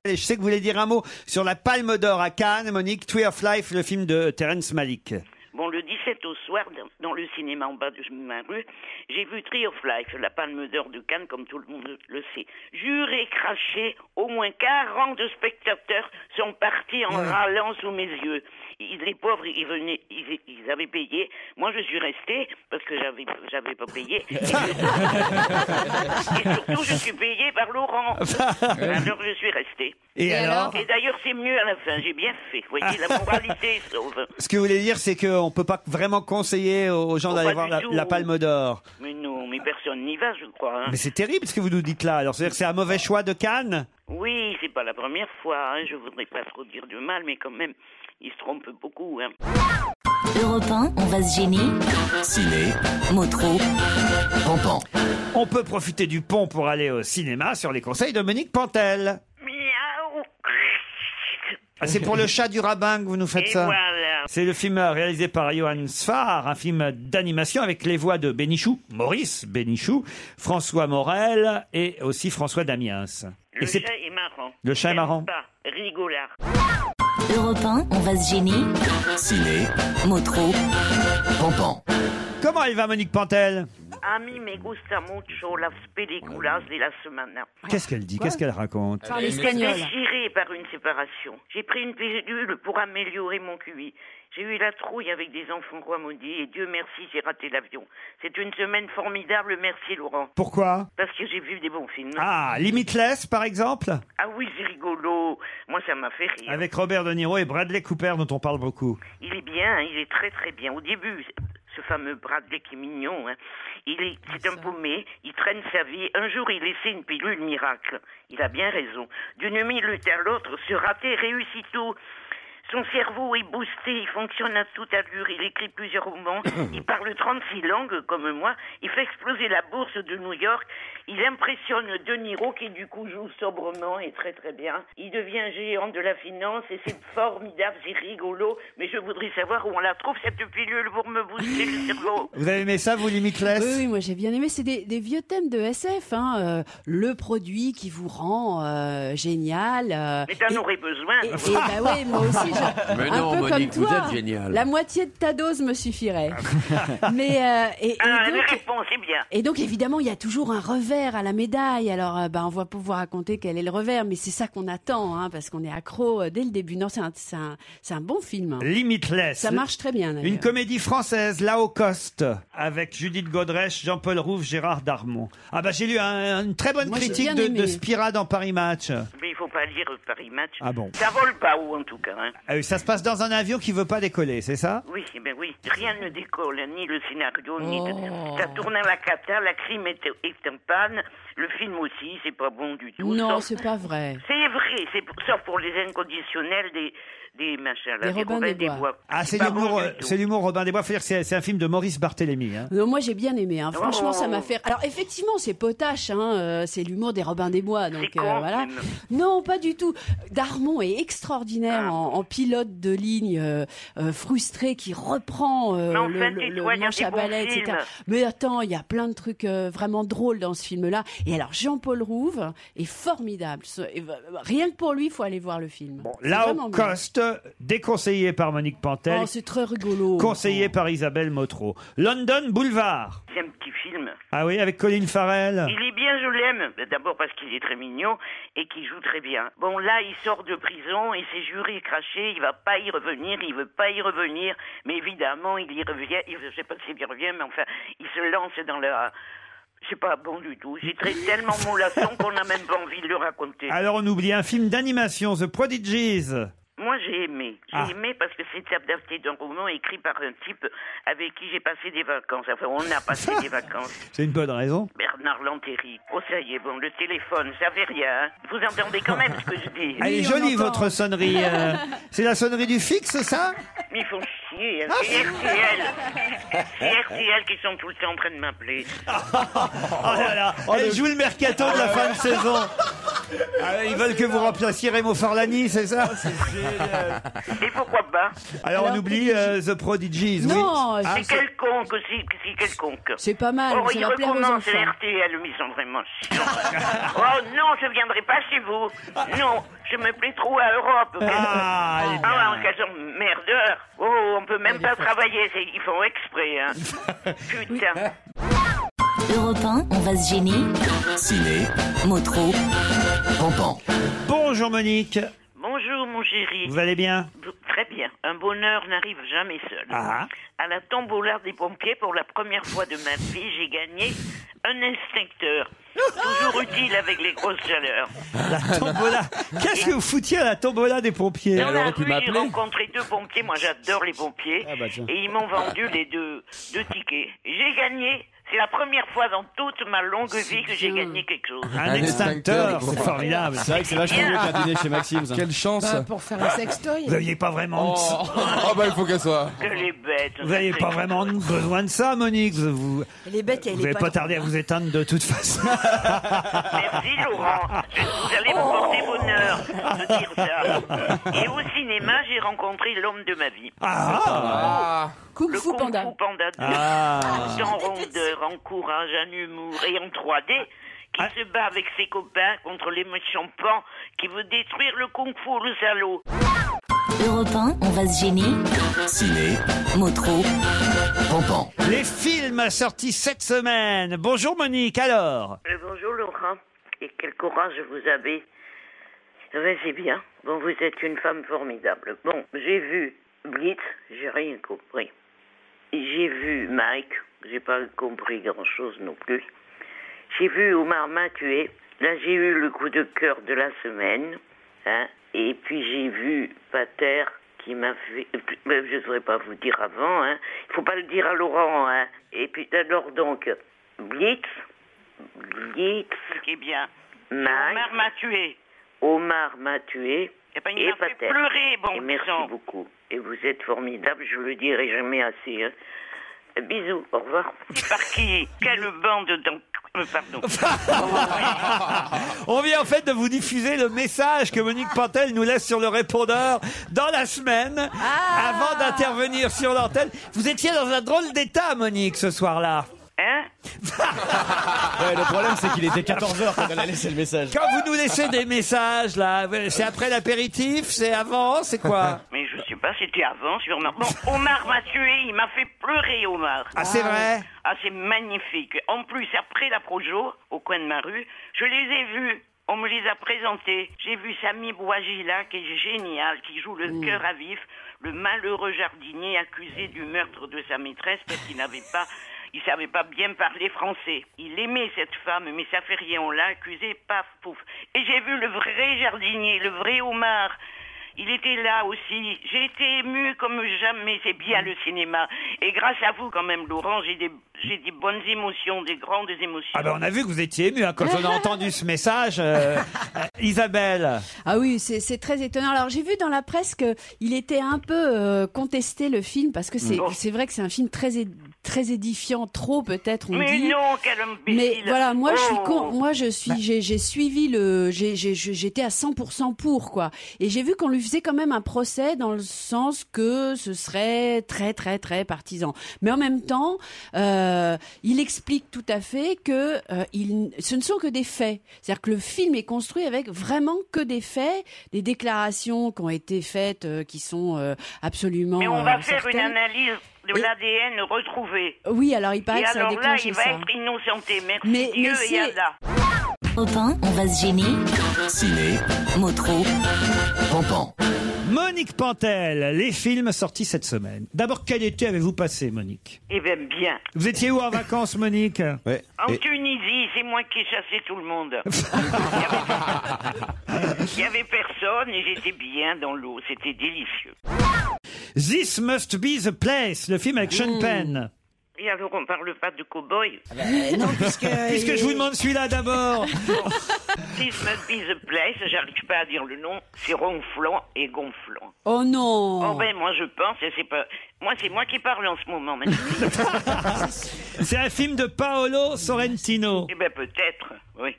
Et je sais que vous voulez dire un mot sur la Palme d'Or à Cannes, Monique, Tree of Life, le film de Terence Malick.
Bon, le 10 17 au soir, dans, dans le cinéma en bas de ma rue, j'ai vu Tree of Life, la palme d'or de Cannes, comme tout le monde le sait. Juré craché, au moins 40 spectateurs sont partis en râlant sous mes yeux. Ils- les pauvres, ils venaient, ils, ils avaient payé. Moi, je suis resté parce que j'avais, j'avais pas payé. Et surtout- et surtout, je suis payé par Laurent. Alors, je suis resté.
Et Et alors alors
Et d'ailleurs, c'est mieux à la fin. J'ai bien fait. Vous voyez, la moralité sauve.
Ce que vous voulez dire, c'est qu'on peut pas vraiment conseiller aux gens
Oh,
d'aller
pas
voir
du
la,
tout.
la Palme d'Or.
Mais non, mais personne n'y va, je crois. hein.
Mais c'est terrible ce que vous nous dites là. Alors, c'est-à-dire que c'est un mauvais choix de Cannes
Oui, c'est pas la première fois. Hein. Je voudrais pas trop dire du mal, mais quand même, il se trompe beaucoup. Hein.
Europe 1, on va se gêner.
Ciné.
Mot trop.
On peut profiter du pont pour aller au cinéma sur les conseils de Monique Pantel. Ah, c'est pour le chat du rabbin que vous nous faites
Et
ça.
voilà.
C'est le film réalisé par Johan Sfar, un film d'animation avec les voix de Bénichou, Maurice Bénichou, François Morel et aussi François Damiens.
Le
et c'est
chat est marrant.
Le chat est marrant.
Pas rigolard.
Europe 1, on va se gêner.
Ciné.
Mot trop.
Pompon.
Comment elle va, Monique Pantel
A mí me gusta mucho las películas de la semana.
Qu'est-ce qu'elle dit Qu'est-ce qu'elle
Euh.
raconte
J'étais
Ah.
Déchirée par une séparation. J'ai pris une pilule pour améliorer mon QI. J'ai eu la trouille avec des enfants rois maudits et Dieu merci, j'ai raté l'avion. C'est une semaine formidable, merci Laurent.
Pourquoi
Parce que j'ai vu des bons films.
Ah, Limitless, par exemple
Ah oui, c'est rigolo. Moi, ça m'a fait rire.
Avec Robert De Niro et Bradley Cooper, dont on parle beaucoup.
Il est bien, hein, il est très très bien. Au début, ce fameux Bradley qui est mignon, hein, il est, c'est un paumé, il traîne sa vie. Un jour, il essaie une pilule miracle. Il a bien raison. D'une minute à l'autre, se rater réussit tout. Son cerveau est boosté, il fonctionne à toute allure, il écrit plusieurs romans,
*coughs*
il parle 36 langues comme moi, il fait exploser la bourse de New York, il impressionne De Niro qui du coup joue sobrement et très très bien. Il devient géant de la finance et c'est formidable, c'est rigolo, mais je voudrais savoir où on la trouve cette pilule pour me booster le
*coughs*
cerveau.
Vous avez aimé ça, vous, Limitless
Oui, oui, moi j'ai bien aimé. C'est des, des vieux thèmes de SF. hein, euh, le produit qui vous rend euh, génial. euh,
Mais t'en
et-
aurais besoin.
Et, et bah ouais, moi aussi, je-
Mais
un
non,
peu
Monique,
comme toi,
vous êtes géniale.
La moitié de ta dose
*laughs*
me suffirait. Mais euh, et,
Ah, la
et donc,
réponse est bien.
et donc, évidemment, il y a toujours un revers à la médaille. Alors, euh, bah, on va pouvoir raconter quel est le revers, mais c'est ça qu'on attend, hein, parce qu'on est accro euh, dès le début. Non, c'est un, c'est un- c'est un bon film. hein.
Limitless.
Ça marche très bien. d'ailleurs.
Une comédie française, La Haut Coste, avec Judith Godrèche, Jean-Paul Rouve, Gérard Darmon. Ah bah j'ai lu un- une très bonne
Moi, j'ai
critique
bien
de,
aimé.
de Spira dans Paris Match.
Mais il faut pas lire Paris Match.
Ah bon.
Ça vole pas haut en tout cas. hein.
Ah oui, Ça se passe dans un avion qui veut pas décoller, c'est ça
Oui, eh ben oui, rien ne décolle, hein, ni le scénario, ni
Oh.
de- ça tourne à la cata, la crime est, est en panne, le film aussi, c'est pas bon du tout.
Non,
sauf-
c'est pas vrai.
c'est vrai, c'est pour, sauf pour les inconditionnels des, des machins là,
Des Robin
Robin
des Bois.
Ah, c'est
Bah,
pas
l'humour,
bon
euh,
du tout.
c'est l'humour Robin des Bois. Faut dire que c'est c'est un film de Maurice Barthélémy. hein.
Non, moi j'ai bien aimé. hein. Franchement,
Oh.
ça m'a fait. Alors effectivement, c'est potache, hein, euh, c'est l'humour des Robins des Bois, donc
con,
euh, voilà.
même.
Non, pas du tout. Darmon est extraordinaire
Ah.
en, en pilote de ligne, euh, euh, frustré, qui reprend euh,
Mais enfin,
le,
tu
le- le
vois, il y a
manche
des
à
bons
balai, etc.
films.
Mais attends, il y a plein de trucs euh, vraiment drôles dans ce film-là. Et alors Jean-Paul Rouve est formidable. Ce- et, euh, Rien que pour lui, faut aller voir le film. C'est
La
vraiment
Haut
bien.
Coste, déconseillé par Monique Pantel.
Oh, c'est très rigolo.
Conseillé par Isabelle Motro. London Boulevard.
C'est un petit film.
Ah oui, avec Colin Farrell.
Il est bien, je l'aime. Mais D'abord parce qu'il est très mignon et qu'il joue très bien. Bon, là, il sort de prison et c'est juré craché. Il va pas y revenir. Il veut pas y revenir. Mais évidemment, il y revient. Il, je sais pas s'il y revient, mais enfin, il se lance dans la. C'est pas bon du tout. J'ai traité tellement mon laçon qu'on n'a même pas envie de le raconter.
Alors on oublie un film d'animation, The Prodigies.
Moi, j'ai aimé. J'ai
Ah.
aimé parce que c'est adapté d'un roman écrit par un type avec qui j'ai passé des vacances. Enfin, on a passé des vacances.
C'est une bonne raison.
Bernard Lantéry. Oh, ça y est, bon, le téléphone, ça fait rien. hein. Vous entendez quand même ce que je dis
Elle est jolie votre sonnerie. *laughs* euh. c'est la sonnerie du fixe, ça
Mais ils font chier. hein. C'est RTL. C'est RTL qui sont tout le temps en train de m'appeler.
Oh là là, elle joue le mercato de la fin de saison. Ah, ils veulent que vous remplaciez Remo Forlani, Oh, c'est ça
Et pourquoi pas
Alors, on oublie euh, The Prodigies. oui. Ah,
c'est quelconque, c'est c'est quelconque.
C'est pas mal,
Oh,
ça
ils
va plaire aux
recommencent
enfants.
RTL, mais ils sont vraiment chiants. oh non, je viendrai pas chez vous.
Ah, eh
Non, je me plais trop à Europe. Ah, ah, quels emmerdeurs. Oh, on qu'on peut même pas travailler, c'est- ils font exprès. hein. Putain.
Europe 1, on va se gêner.
Ciné.
Mot trop.
Pampan.
Bonjour Monique.
Bonjour mon chéri.
Vous allez bien
Très bien. Un bonheur n'arrive jamais seul.
Ah.
À la tombola des pompiers, pour la première fois de ma vie, j'ai gagné un instincteur. Toujours utile avec les grosses chaleurs.
La tombola. Qu'est-ce que vous foutiez à la tombola des pompiers
Dans la rue, j'ai rencontré deux pompiers. Moi, j'adore les pompiers.
Ah bah tiens.
et ils m'ont vendu les deux, deux tickets. J'ai gagné. C'est la première fois dans toute ma longue vie que j'ai gagné quelque chose.
hein Un extincteur, c'est formidable.
C'est vrai que c'est vachement mieux qu'un dîner chez Maxime. ça.
Quelle chance. Bah,
pour faire un sextoy.
Vous n'aviez pas vraiment.
*laughs* Oh.
de-
bah il faut qu'elle soit.
Que les bêtes.
Vous n'aviez pas vraiment besoin de ça, Monique. Vous
Les bêtes,
vous n'avez pas tarder à vous éteindre de toute façon.
Merci Laurent, vous allez me porter bonheur de dire ça. Et au cinéma, j'ai rencontré l'homme de ma vie.
Ah.
Kung le Fu Panda. Kung Fu Panda 2,
Ah.
tout en rondeur, en courage, en humour et en 3D, qui se bat avec ses copains contre les méchants pans qui veut détruire le Kung Fu, le salaud.
Europe 1, on va se gêner.
Ciné.
Mot trop.
Pampan.
Les films sortis cette semaine. Bonjour Monique, alors.
Euh, bonjour Laurent, et quel courage vous avez. Ouais, c'est bien. Bon, vous êtes une femme formidable. Bon, j'ai vu Blitz, j'ai rien compris. J'ai vu Mike, j'ai pas compris grand chose non plus. J'ai vu Omar m'a tué. Là, j'ai eu le coup de cœur de la semaine. hein. Et puis, j'ai vu Pater qui m'a fait. euh, Je ne saurais pas vous dire avant. hein. Il faut pas le dire à Laurent. hein. Et puis, alors donc, Blitz, Blitz.
C'est bien.
Mike.
Omar m'a tué.
Omar m'a tué.
Eh ben, il m'a fait
Pater.
pleurer, bon
Et merci
sang.
beaucoup. Et vous êtes formidable, je le dirai jamais assez. hein. Euh, Bisous, au revoir. C'est par qui Quelle bande d'en... euh, Pardon.
On vient en fait de vous diffuser le message que Monique Pantel nous laisse sur le répondeur dans la semaine avant d'intervenir sur l'antenne. Vous étiez dans un drôle d'état, Monique, ce soir-là.
Hein
Ouais, le problème, c'est qu'il était 14h quand elle a laissé le message.
Quand vous nous laissez des messages, là, c'est après l'apéritif, c'est avant, c'est quoi
Mais je sais pas, c'était avant, sûrement.
*laughs*
Bon, Omar m'a tué, il m'a fait pleurer, Omar.
Ah, c'est vrai
Ah, c'est magnifique. En plus, après la Projo, au coin de ma rue, je les ai vus. On me les a présentés. J'ai vu Samy Bouagila, qui est génial, qui joue le
Mm.
cœur à vif, le malheureux jardinier accusé du meurtre de sa maîtresse parce qu'il n'avait pas, il savait pas bien parler français. Il aimait cette femme, mais ça fait rien. On l'a accusé, paf, pouf. Et j'ai vu le vrai jardinier, le vrai Omar. Il était là aussi. J'ai été émue comme jamais. C'est bien le cinéma. Et grâce à vous, quand même, Laurent, j'ai des, j'ai des bonnes émotions, des grandes émotions.
Ah ben on a vu que vous étiez ému hein, quand on a entendu ce message. euh, euh, Isabelle.
Ah oui, c'est c'est très étonnant. Alors j'ai vu dans la presse qu'il était un peu euh, contesté le film parce que c'est
Mm.
c'est vrai que c'est un film très é- très édifiant, trop peut-être on
Mais
dit.
non, quel imbécile.
Mais voilà, moi je suis
Oh.
con, moi je suis, j'ai j'ai suivi le, j'ai- j'ai- j'ai- j'étais à 100% pour quoi, et j'ai vu qu'on lui faisait quand même un procès dans le sens que ce serait très très très partisan. Mais en même temps, euh, il explique tout à fait que euh, il, ce ne sont que des faits, c'est-à-dire que le film est construit avec vraiment que des faits, des déclarations qui ont été faites, euh, qui sont euh, absolument.
Mais on
euh,
va faire une
certaines.
analyse de
Et-
l'ADN retrouvé.
Oui, alors il paraît
Et
que ça a
alors là,
déclenché
il va
ça.
être innocenté. Merci
Mais-
Dieu
mais
et
c'est-
Allah.
Europe 1, on va se gêner.
Ciné.
Mot trop.
Pampan.
Monique Pantel, les films sortis cette semaine. D'abord, quel été avez-vous passé, Monique
Eh bien, bien.
Vous étiez où en vacances, Monique
En
Et-
Tunisie, c'est moi qui ai chassé tout
*laughs*
le monde. Il n'y avait... personne et j'étais bien dans l'eau. C'était délicieux.
This Must Be the Place, le film avec Sean
Mm.
Penn.
Et alors, on parle pas de cow-boy
Puisque je vous demande celui-là d'abord.
This must be the place, j'arrive pas à dire le nom, c'est ronflant et gonflant.
Oh non
Oh ben moi je pense, et c'est pas... Moi c'est moi qui parle en ce moment maintenant.
C'est un film de Paolo Sorrentino.
eh ben peut-être, oui.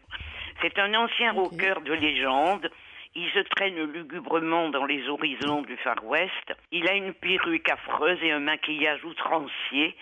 C'est un ancien rocker de légende. Il se traîne lugubrement dans les horizons du Far West. Il a une perruque affreuse et un maquillage outrancier.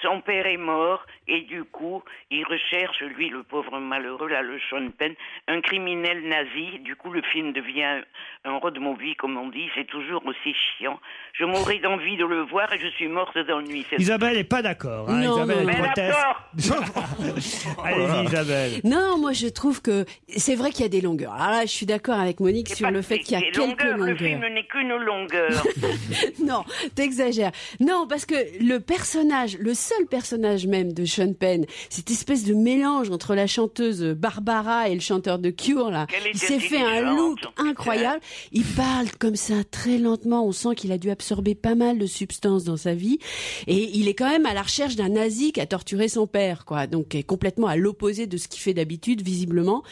Son père est mort et du coup, il recherche, lui, le pauvre malheureux, là, le Sean Penn, un criminel nazi. Du coup, le film devient un road movie, comme on dit. C'est toujours aussi chiant. Je mourrais d'envie de le voir et je suis morte d'ennui. C'est-
Isabelle n'est pas d'accord. hein.
Non,
Isabelle,
non,
elle
non.
proteste.
Oh
Allez-y, Isabelle.
Non, moi je trouve que c'est vrai qu'il y a des longueurs. Alors là, je suis d'accord avec Monique
C'est
sur
pas-
le fait
c'est-
qu'il y a
c'est
quelques
longueur, Le
longueurs.
film n'est qu'une longueur.
*laughs* non, t'exagères. Non, parce que le personnage, le seul personnage même de Sean Penn, cette espèce de mélange entre la chanteuse Barbara et le chanteur de Cure, là,
Quelle
il
était
s'est fait un
différente.
look incroyable. Il parle comme ça très lentement. On sent qu'il a dû absorber pas mal de substances dans sa vie. Et il est quand même à la recherche d'un nazi qui a torturé son père, quoi. Donc, qui est complètement à l'opposé de ce qu'il fait d'habitude, visiblement.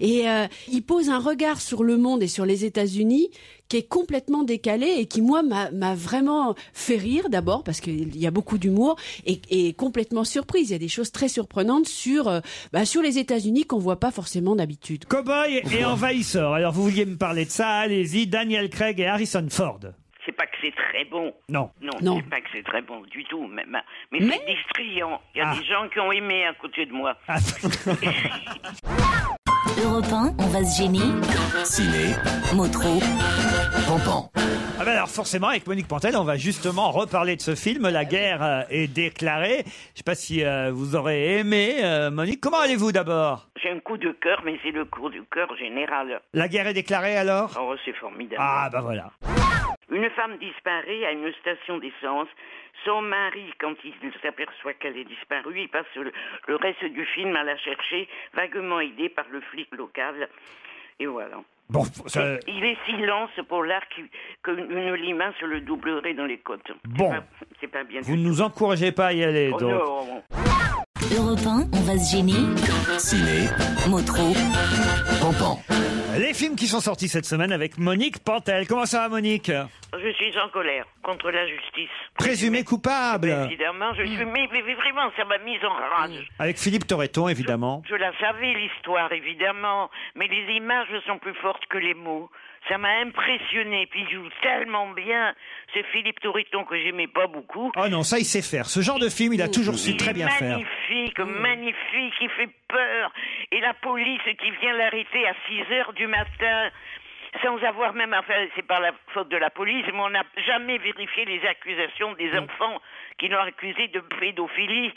Et euh, il pose un regard sur le monde et sur les États-Unis qui est complètement décalé et qui moi m'a m'a vraiment fait rire d'abord parce qu'il y a beaucoup d'humour et, et complètement surprise. Il y a des choses très surprenantes sur euh, bah, sur les États-Unis qu'on voit pas forcément d'habitude.
Cowboy et envahisseur. Alors, vous vouliez me parler de ça Allez-y. Daniel Craig et Harrison Ford.
C'est pas que c'est très bon.
Non. *laughs*
Non,
Non.
c'est pas que c'est très bon du tout, même. Mais, c'est distrayant. Il y
Ah.
a des gens qui ont aimé à côté de moi.
Ah,
Europe 1, on va se gêner.
Ciné.
Mot trop.
Pompon.
Ah ben alors forcément, avec Monique Pantel, on va justement reparler de ce film, La guerre euh, est déclarée. Je ne sais pas si euh, vous aurez aimé, euh, Monique. Comment allez-vous d'abord
J'ai un coup de cœur, mais c'est le coup de cœur général.
La guerre est déclarée alors
Oh, c'est formidable.
Ah bah voilà.
Une femme disparaît à une station d'essence. Son mari, quand il s'aperçoit qu'elle est disparue, il passe le, le reste du film à la chercher, vaguement aidé par le flic local. Et voilà.
Bon, ça-
Il est silence pour l'art qui- que une limace le doublerait dans les côtes.
Bon.
C'est pas- C'est pas bien.
vous ne nous encouragez pas à y aller.
Oh
donc.
non.
Europe 1, on va se gêner.
Ciné.
Mot trop.
Pompon.
Les films qui sont sortis cette semaine avec Monique Pantel. Comment ça va, Monique
oh. Je suis en colère contre la justice.
Présumé coupable.
Évidemment, je suis. Mais, mais- mais vraiment, ça m'a mise en rage.
Avec Philippe Torreton, évidemment.
Je la savais, l'histoire, évidemment. Mais les images sont plus fortes que les mots. Ça m'a impressionné. Puis il joue tellement bien. C'est Philippe Touriton que j'aimais pas beaucoup.
Oh non, ça, il sait faire. Ce genre de film, il a toujours su
Il
très
est
bien faire. Mm.
magnifique, magnifique, il fait peur. Et la police qui vient l'arrêter à 6 heures du matin, sans avoir même, enfin, c'est par la faute de la police, mais on n'a jamais vérifié les accusations des
Mm.
enfants qui l'ont accusé de pédophilie.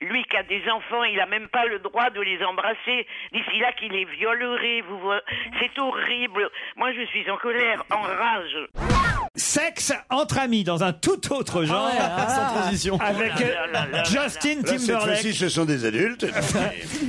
Lui qui a des enfants, il n'a même pas le droit de les embrasser. D'ici là, qu'il les violerait, vous voyez. C'est horrible. Moi, je suis en colère, en rage.
Sexe entre amis dans un tout autre genre.
ouais, ah. Sans transition.
*laughs* Avec euh,
Oh là là là
Justin
là là. Là, cette
Timberlake.
fois-ci,
ce sont des adultes.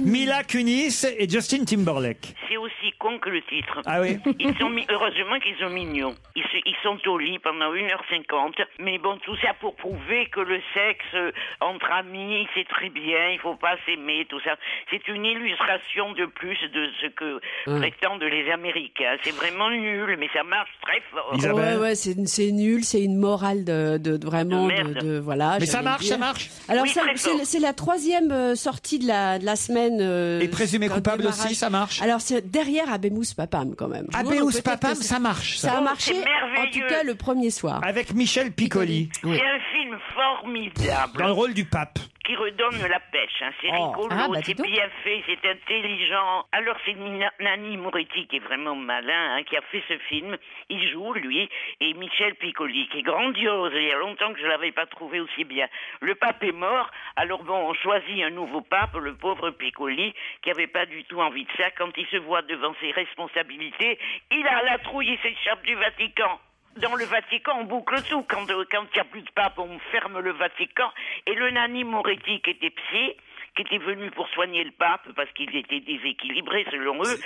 Mila Kunis et Justin Timberlake.
C'est aussi con que le titre.
Ah oui
Ils sont mi- heureusement qu'ils sont mignons. Ils, se- ils sont au lit pendant 1h50. Mais bon, tout ça pour prouver que le sexe euh, entre amis, c'est très bien, il faut pas s'aimer, tout ça. C'est une illustration de plus de ce que
Hum.
prétendent les Américains. C'est vraiment nul, mais ça marche très fort.
Ouais, ouais, c'est c'est nul, c'est une morale de, de- de vraiment
De
de,
merde.
de- voilà.
Mais
j'allais
ça marche,
dire.
ça marche
Alors
Oui,
ça-
très
c'est
fort.
c'est la troisième euh, sortie de la de la semaine. euh,
Et présumé
au
coupable
démarrage.
aussi, ça marche
Alors c'est derrière Abemous Papam quand même. Je vous
Abemous
demande peut-être
Papam,
que c'est-
ça marche, ça.
Ça a
Oh,
marché.
c'est
En tout
merveilleux. Ah,
cas le premier soir.
Avec Michel Piccoli.
C'est un film formidable.
Dans le rôle du pape.
qui redonne la pêche. hein. C'est
Oh.
rigolo,
Ah, bah, dis
c'est
donc.
bien fait, c'est intelligent. Alors c'est Nina- Nani Moretti qui est vraiment malin, hein, qui a fait ce film. Il joue, lui, et Michel Piccoli, qui est grandiose. Il y a longtemps que je l'avais pas trouvé aussi bien. Le pape est mort, alors bon, on choisit un nouveau pape, le pauvre Piccoli, qui avait pas du tout envie de ça. Quand il se voit devant ses responsabilités, il a la trouille, il s'échappe du Vatican. Dans le Vatican, on boucle tout. Quand euh, quand il n'y a plus de pape, on ferme le Vatican. Et le Nani Moretti, qui était psy, qui était venu pour soigner le pape, parce qu'il était déséquilibré selon eux,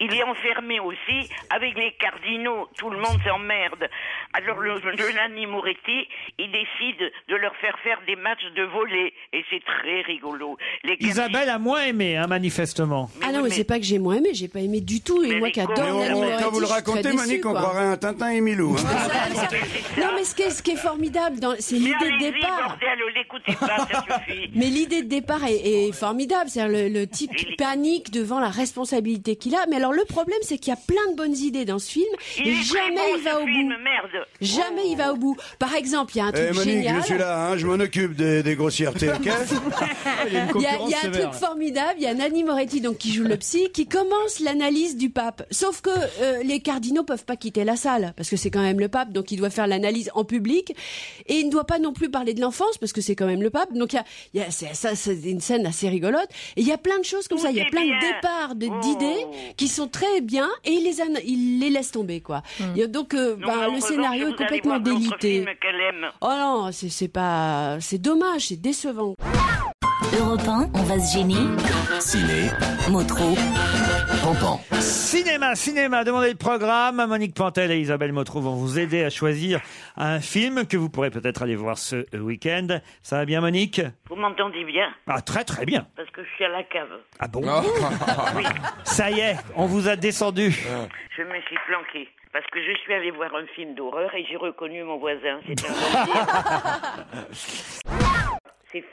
il est enfermé aussi avec les cardinaux. Tout le monde s'emmerde. Alors le, le Nani Moretti, il décide de leur faire faire des matchs de volley. Et c'est très rigolo. Les
Isabelle a moins aimé, hein, manifestement.
Ah non, mais c'est pas que j'ai moins aimé, j'ai pas aimé du tout. Et moi qui adore
Mais on-
Nani
on- quand
Moretti,
vous le
je suis très
racontez,
déçue,
Monique, on
quoi. Ah,
croirait un Tintin et Milou. hein.
Non, mais ce qui est, ce qui est formidable, dans- c'est l'idée de
allez-y,
départ.
bordel, l'écoutez pas, ça suffit.
*laughs* Mais l'idée de départ est, est formidable. C'est le, le type qui panique devant la responsabilité qu'il a. Mais alors le problème, c'est qu'il y a plein de bonnes idées dans ce film
Il
et
est très
jamais
beau,
il va
ce
au
film,
bout.
merde.
Jamais il va au bout. Par exemple, il y a un truc
Eh, Monique,
génial.
je suis là, hein, je m'en occupe des, des grossièretés, ok
*laughs* Il y a, il y a un truc formidable, il y a Nanni Moretti donc, qui joue le psy, qui commence l'analyse du pape. Sauf que euh, les cardinaux peuvent pas quitter la salle, parce que c'est quand même le pape, donc il doit faire l'analyse en public. Et il ne doit pas non plus parler de l'enfance, parce que c'est quand même le pape. Donc il y a, il y a- c'est- ça, c'est une scène assez rigolote. Et il y a plein de choses comme ça, il y a
est
plein
bien.
de départs de-
Oh.
d'idées qui sont très bien, et il les, an- il les laisse tomber. quoi. Il y a donc euh,
Non,
ben,
mais en
le
revanche,
scénario
vous
est
allez
complètement
voir d'autres
délité.
films qu'elle aime.
Oh non, c'est c'est pas... C'est dommage, c'est décevant.
Europe 1, on va se gêner.
Ciné.
Mot trop.
Pompon.
Cinéma, cinéma, demandez le programme. Monique Pantel et Isabelle Motrou vont vous aider à choisir un film que vous pourrez peut-être aller voir ce week-end. Ça va bien, Monique
Vous m'entendez bien
Ah, très très bien.
Parce que je suis à la cave.
Ah bon
Ah.
*laughs*
Oui,
Ça y est, on vous a descendu.
je me suis planquée. Parce que je suis allée voir un film d'horreur et j'ai reconnu mon voisin. C'est un vampire.
*laughs*
C'est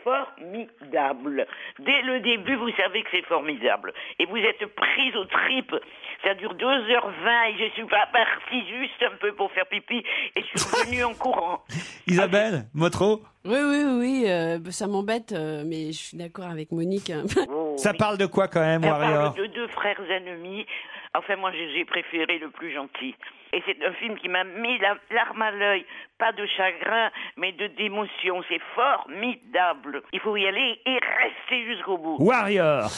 formidable. Dès le début, vous savez que c'est formidable. Et vous êtes prise aux tripes. Ça dure 2h20 et je suis pas partie juste un peu pour faire pipi et je suis revenue en
*laughs*
courant.
Isabelle, Motro,
Oui, oui, oui, euh, ça m'embête, euh, mais je suis d'accord avec Monique. hein.
ça parle de quoi quand même,
Elle
Warrior
parle de deux frères ennemis. Enfin, moi, j'ai j'ai préféré le plus gentil. Et c'est un film qui m'a mis la larme à l'œil. Pas de chagrin, mais de d'émotion. C'est formidable. Il faut y aller et rester jusqu'au bout.
Warrior.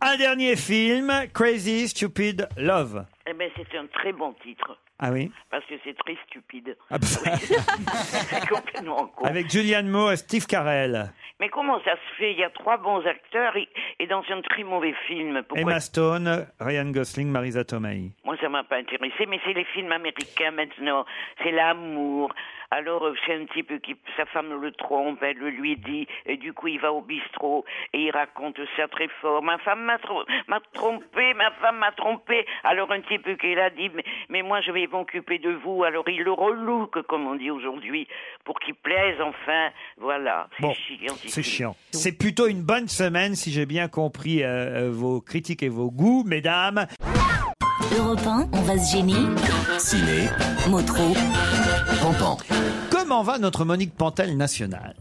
Un dernier film, Crazy Stupid Love.
Eh ben, c'est un très bon titre.
Ah oui
Parce que c'est très *laughs* stupide.
Ah bah,
C'est complètement con.
Avec Julianne Moore et Steve Carell.
Mais comment ça se fait Il y a trois bons acteurs et, et dans un très mauvais film. Pourquoi
Emma Stone, Ryan Gosling, Marisa Tomei.
Moi, ça m'a pas intéressé, mais c'est les films américains maintenant. C'est l'amour. Alors, euh, c'est un type qui, sa femme le trompe, elle le lui dit, et du coup, il va au bistrot, et il raconte ça très fort. Ma femme m'a tro- m'a trompé, ma femme m'a trompé. Alors, un type qui l'a dit, mais, mais moi, je vais m'occuper de vous. Alors, il le relook, comme on dit aujourd'hui, pour qu'il plaise, enfin. Voilà. C'est
Bon,
chiant.
c'est chiant. C'est plutôt une bonne semaine, si j'ai bien compris euh, euh, vos critiques et vos goûts, mesdames.
Europe 1, on va se gêner.
Ciné.
Mot trop.
Pompon.
Comment va notre Monique Pantel nationale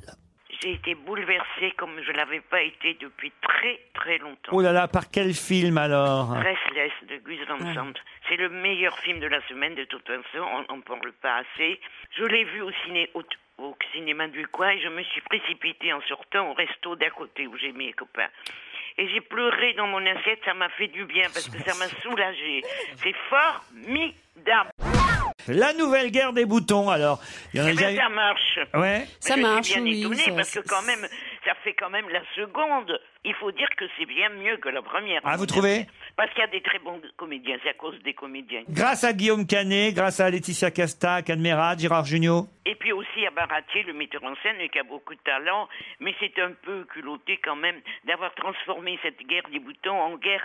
J'ai été bouleversée comme je l'avais pas été depuis très, très longtemps.
Oh là là, par quel film alors
Restless de Gus Van Sant. C'est le meilleur film de la semaine, de toute façon, on n'en parle pas assez. Je l'ai vu au, ciné, au, au cinéma du coin et je me suis précipitée en sortant au resto d'à côté où j'ai mes copains. Et j'ai pleuré dans mon assiette, ça m'a fait du bien parce que ça m'a soulagée. C'est formidable.
La nouvelle guerre des boutons, alors. Euh, Il y en a
Eh
déjà
ben,
eu-
ça marche.
Ouais.
Ça
je
marche,
suis bien
oui,
étonnée
ça-
parce que quand même, ça fait quand même la seconde. Il faut dire que c'est bien mieux que la première.
Ah, vous trouvez
Parce qu'il y a des très bons comédiens, c'est à cause des comédiens.
Grâce à Guillaume Canet, grâce à Laetitia Casta, Cadmera, Girard Jugnot.
Et puis aussi à Baratier, le metteur en scène, qui a beaucoup de talent, mais c'est un peu culotté quand même d'avoir transformé cette guerre des boutons en guerre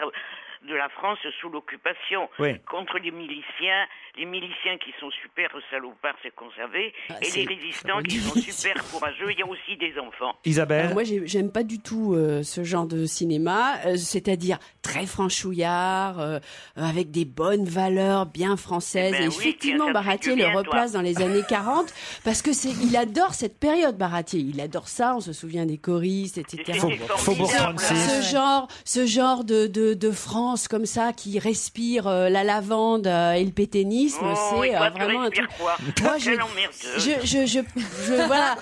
de la France sous l'occupation
Oui.
contre les miliciens, les miliciens qui sont super salopards, c'est qu'on savait,
Ah,
et les
c'est-
résistants qui sont super courageux. Il y a aussi des enfants.
Isabelle
Alors moi, j'ai- j'aime pas du tout euh, ce genre de cinéma, euh, c'est-à-dire très franchouillard, euh, euh, avec des bonnes valeurs bien françaises.
Eh ben
Et
oui,
effectivement,
tiens, ça me fait
Baratier
du
le
bien, toi.
replace dans les années 40 parce que c'est, il adore cette période, Baratier. Il adore ça. On se souvient des choristes, etc.
Fau- Faubourg formidable. 36.
Ce genre, ce genre de, de, de France comme ça qui respire euh, la lavande euh, et le pétainisme,
Oh, et
c'est euh,
toi, tu
vraiment un
respires
truc.
quoi
Moi, je,
Quelle emmerdeuse.
je, je, je,
*laughs*
je- voilà.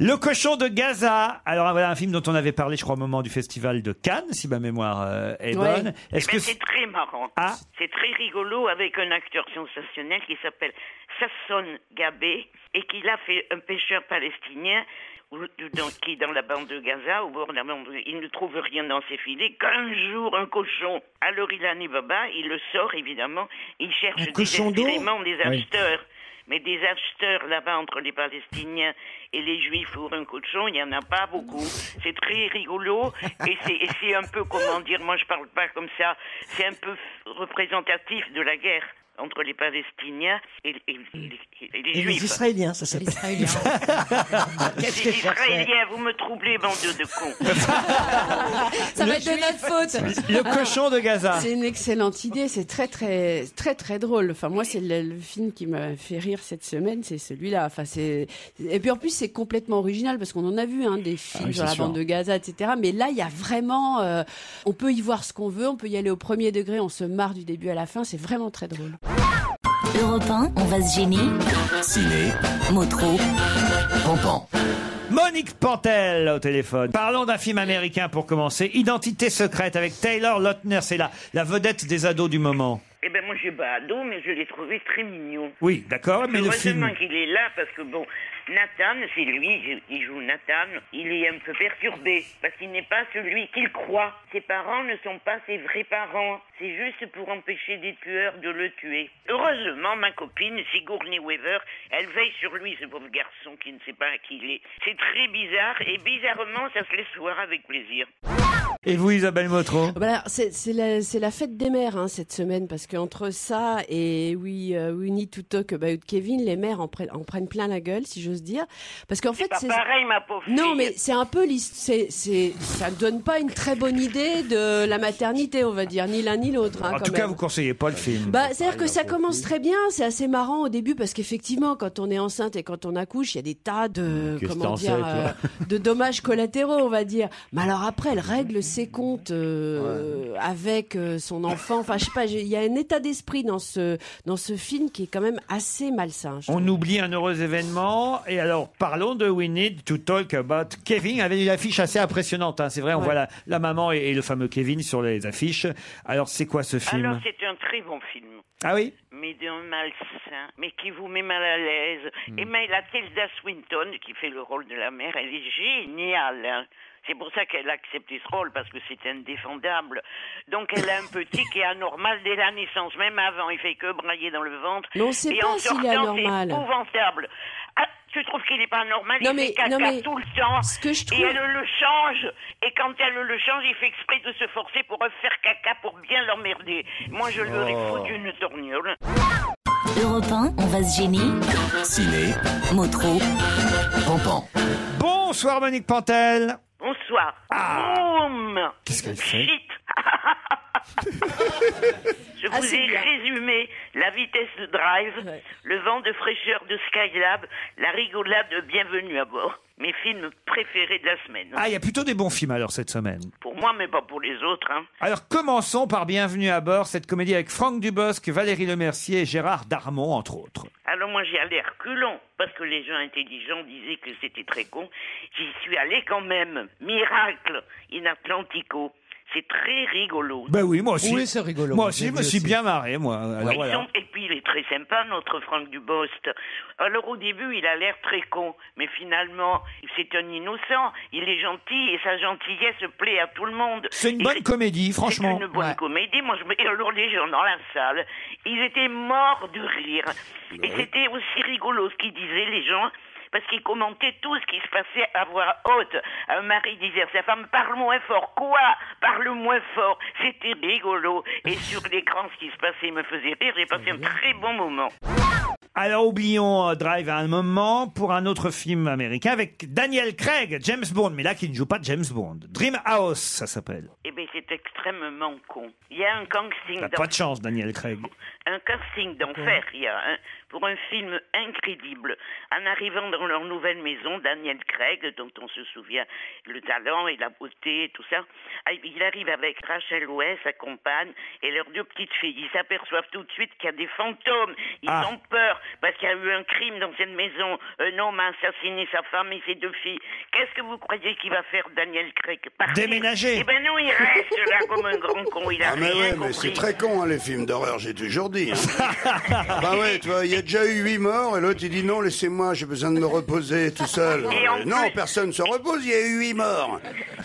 Le cochon de Gaza. Alors voilà un film dont on avait parlé, je crois, au moment du festival de Cannes, si ma mémoire euh, est
Ouais.
bonne.
Eh
Est-ce
ben,
que
c'est très marrant.
Ah.
C'est très rigolo avec un acteur sensationnel qui s'appelle Sasson Gabé et qui l'a fait un pêcheur palestinien ou- ou dans- qui est dans la bande de Gaza, au bord de la bande, il ne trouve rien dans ses filets qu'un jour un cochon. Alors il a Baba, il le sort évidemment, il cherche
Un cochon d'eau
désespérément des
Oui.
acheteurs. Mais des acheteurs là-bas entre les Palestiniens et les Juifs pour un cochon, il n'y en a pas beaucoup. C'est très rigolo et c'est- et c'est un peu, comment dire, moi je parle pas comme ça, c'est un peu f- représentatif de la guerre. entre les Palestiniens et, et- et- et les
Et
Juifs.
les Israéliens, ça s'appelle.
*laughs* Qu'est-ce que Israéliens, vous me troublez, bande de cons.
Ça va être de notre faute.
Le cochon
de Gaza.
C'est une excellente idée. C'est très, très, très, très drôle. Enfin, moi, c'est le, le film qui m'a fait rire cette semaine. C'est celui-là. Enfin, c'est, et puis en plus, c'est complètement original parce qu'on en a vu, hein, des films
Ah oui,
sur
c'est
la
sûr.
bande de Gaza, etc. Mais là, il y a vraiment, euh, on peut y voir ce qu'on veut. On peut y aller au premier degré. On se marre du début à la fin. C'est vraiment très drôle.
Europe 1, on va se gêner.
Ciné.
Mot trop.
Pompon.
Monique Pantel au téléphone. Parlons d'un film américain pour commencer. Identité secrète avec Taylor Lautner. C'est la, la vedette des ados du moment.
Eh ben moi j'ai pas ado, mais je l'ai trouvé très mignon.
Oui, d'accord, Ah, mais le
Heureusement
film.
qu'il est là parce que bon, Nathan, c'est lui, il joue Nathan, il est un peu perturbé parce qu'il n'est pas celui qu'il croit. Ses parents ne sont pas ses vrais parents, c'est juste pour empêcher des tueurs de le tuer. Heureusement, ma copine Sigourney Weaver, elle veille sur lui, ce pauvre garçon qui ne sait pas à qui il est. C'est très bizarre et bizarrement, ça se laisse voir avec plaisir.
Et vous, Isabelle Motro
Ah bah alors, c'est c'est la, c'est la fête des mères hein, cette semaine parce que entre ça et We, euh, We Need to Talk About Kevin, les mères en, prennent- en prennent plein la gueule, si j'ose dire, parce qu'en fait
pas pareil, ma pauvre
Non,
fille.
mais c'est un peu l'hist- c'est c'est ça donne pas une très bonne idée de la maternité, on va dire, ni l'un ni l'autre. hein,
En
quand
tout cas,
même.
vous conseillez pas le film.
Bah, c'est-à-dire que ça commence très bien, c'est assez marrant au début parce qu'effectivement, quand on est enceinte et quand on accouche, il y a des tas de
Qu'est-ce
comment
que t'as
dire
en
euh,
tête,
de dommages collatéraux, on va dire. Mais alors après, elle règle ses comptes euh, avec euh, son enfant. Enfin, je sais pas, j'ai- il y a un état d'esprit dans ce dans ce film qui est quand même assez malsain. je
On oublie un heureux événement. Et alors, parlons de We Need to Talk About Kevin. Avec une affiche assez impressionnante. hein. C'est vrai, on
Ouais.
voit la, la maman et, et le fameux Kevin sur les affiches. Alors, c'est quoi ce film
Alors c'est un très bon film.
Ah oui
mais d'un malsain, mais qui vous met mal à l'aise.
Hmm.
Et mais la Tilda Swinton, qui fait le rôle de la mère, elle est géniale. hein. C'est pour ça qu'elle a accepté ce rôle, parce que c'est indéfendable. Donc elle a un petit qui est anormal dès la naissance, même avant, il fait que brailler dans le ventre.
Mais on sait
Et
pas
en
s'il est
sortant,
anormal.
C'est épouvantable. Ah, tu trouves qu'il n'est pas normal,
Non,
il
mais-
fait caca
non, mais
tout le temps.
je
Et
trouve-
elle le change. Et quand elle le change, il fait exprès de se forcer pour refaire caca pour bien l'emmerder. Moi, je lui aurais
Oh.
foutu une tournure.
Europe 1, on va se gêner.
Ciné.
Mot trop.
Pompon.
Bonsoir, Monique Pantel.
Bonsoir. Boum
Ah. Qu'est-ce qu'elle fait *laughs*
Je
Ah,
vous ai résumé la vitesse de drive, le vent de fraîcheur de Skylab, la rigolade de Bienvenue à bord. Mes films préférés de la semaine.
Ah, il y a plutôt des bons films alors cette semaine.
Pour moi, mais pas pour les autres. hein.
Alors commençons par Bienvenue à bord, cette comédie avec Franck Dubosc, Valérie Lemercier et Gérard Darmon, entre autres.
Alors moi j'y allais à reculons, parce que les gens intelligents disaient que c'était très con. J'y suis allé quand même. Miracle in Atlantico. C'est très rigolo.
Ben oui, moi aussi.
Oui,
c'est rigolo.
Moi aussi,
J'ai
je me
vu
suis
aussi.
bien marré, moi. Euh, Alors,
Ils
voilà.
sont- Et puis il est très sympa, notre Franck Dubost. Alors au début, il a l'air très con, mais finalement, c'est un innocent. Il est gentil et sa gentillesse plaît à tout le monde.
C'est une
Et
bonne comédie, franchement.
C'est une bonne comédie. Moi, je me... Et alors les gens dans la salle, ils étaient morts de rire. Et c'était aussi rigolo ce qu'ils disaient les gens. Parce qu'ils commentaient tout ce qui se passait à voix haute. Un mari disait à sa femme, parle moins fort. Quoi Parle moins fort. C'était rigolo. Et sur l'écran, ce qui se passait me faisait rire. J'ai passé un très bon moment.
Alors oublions euh, Drive à un moment pour un autre film américain avec Daniel Craig, James Bond, mais là qui ne joue pas James Bond. Dream House, ça s'appelle.
Eh bien, c'est extrêmement con. Il y a un casting
T'as
d'en-
pas de chance, Daniel Craig.
un casting d'enfer, il y a un- pour un film incroyable. En arrivant dans leur nouvelle maison, Daniel Craig, dont on se souvient le talent et la beauté et tout ça, ah, il arrive avec Rachel Way, sa compagne, et leurs deux petites filles. Ils s'aperçoivent tout de suite qu'il y a des fantômes. Ils
Ah.
ont peur parce qu'il y a eu un crime dans cette maison. Un homme a assassiné sa femme et ses deux filles. Qu'est-ce que vous croyez qu'il va faire Daniel Craig Partir
Déménager.
Eh ben non, il reste là comme un grand con. Il a
Ah mais
rien
ouais, mais c'est
compris.
très con hein, les films d'horreur, j'ai toujours dit. hein. bah ouais, tu vois, il y a déjà eu huit morts et l'autre il dit non, laissez-moi, j'ai besoin de me reposer tout seul.
Et en
Euh, Non, personne se repose, il y a eu huit morts.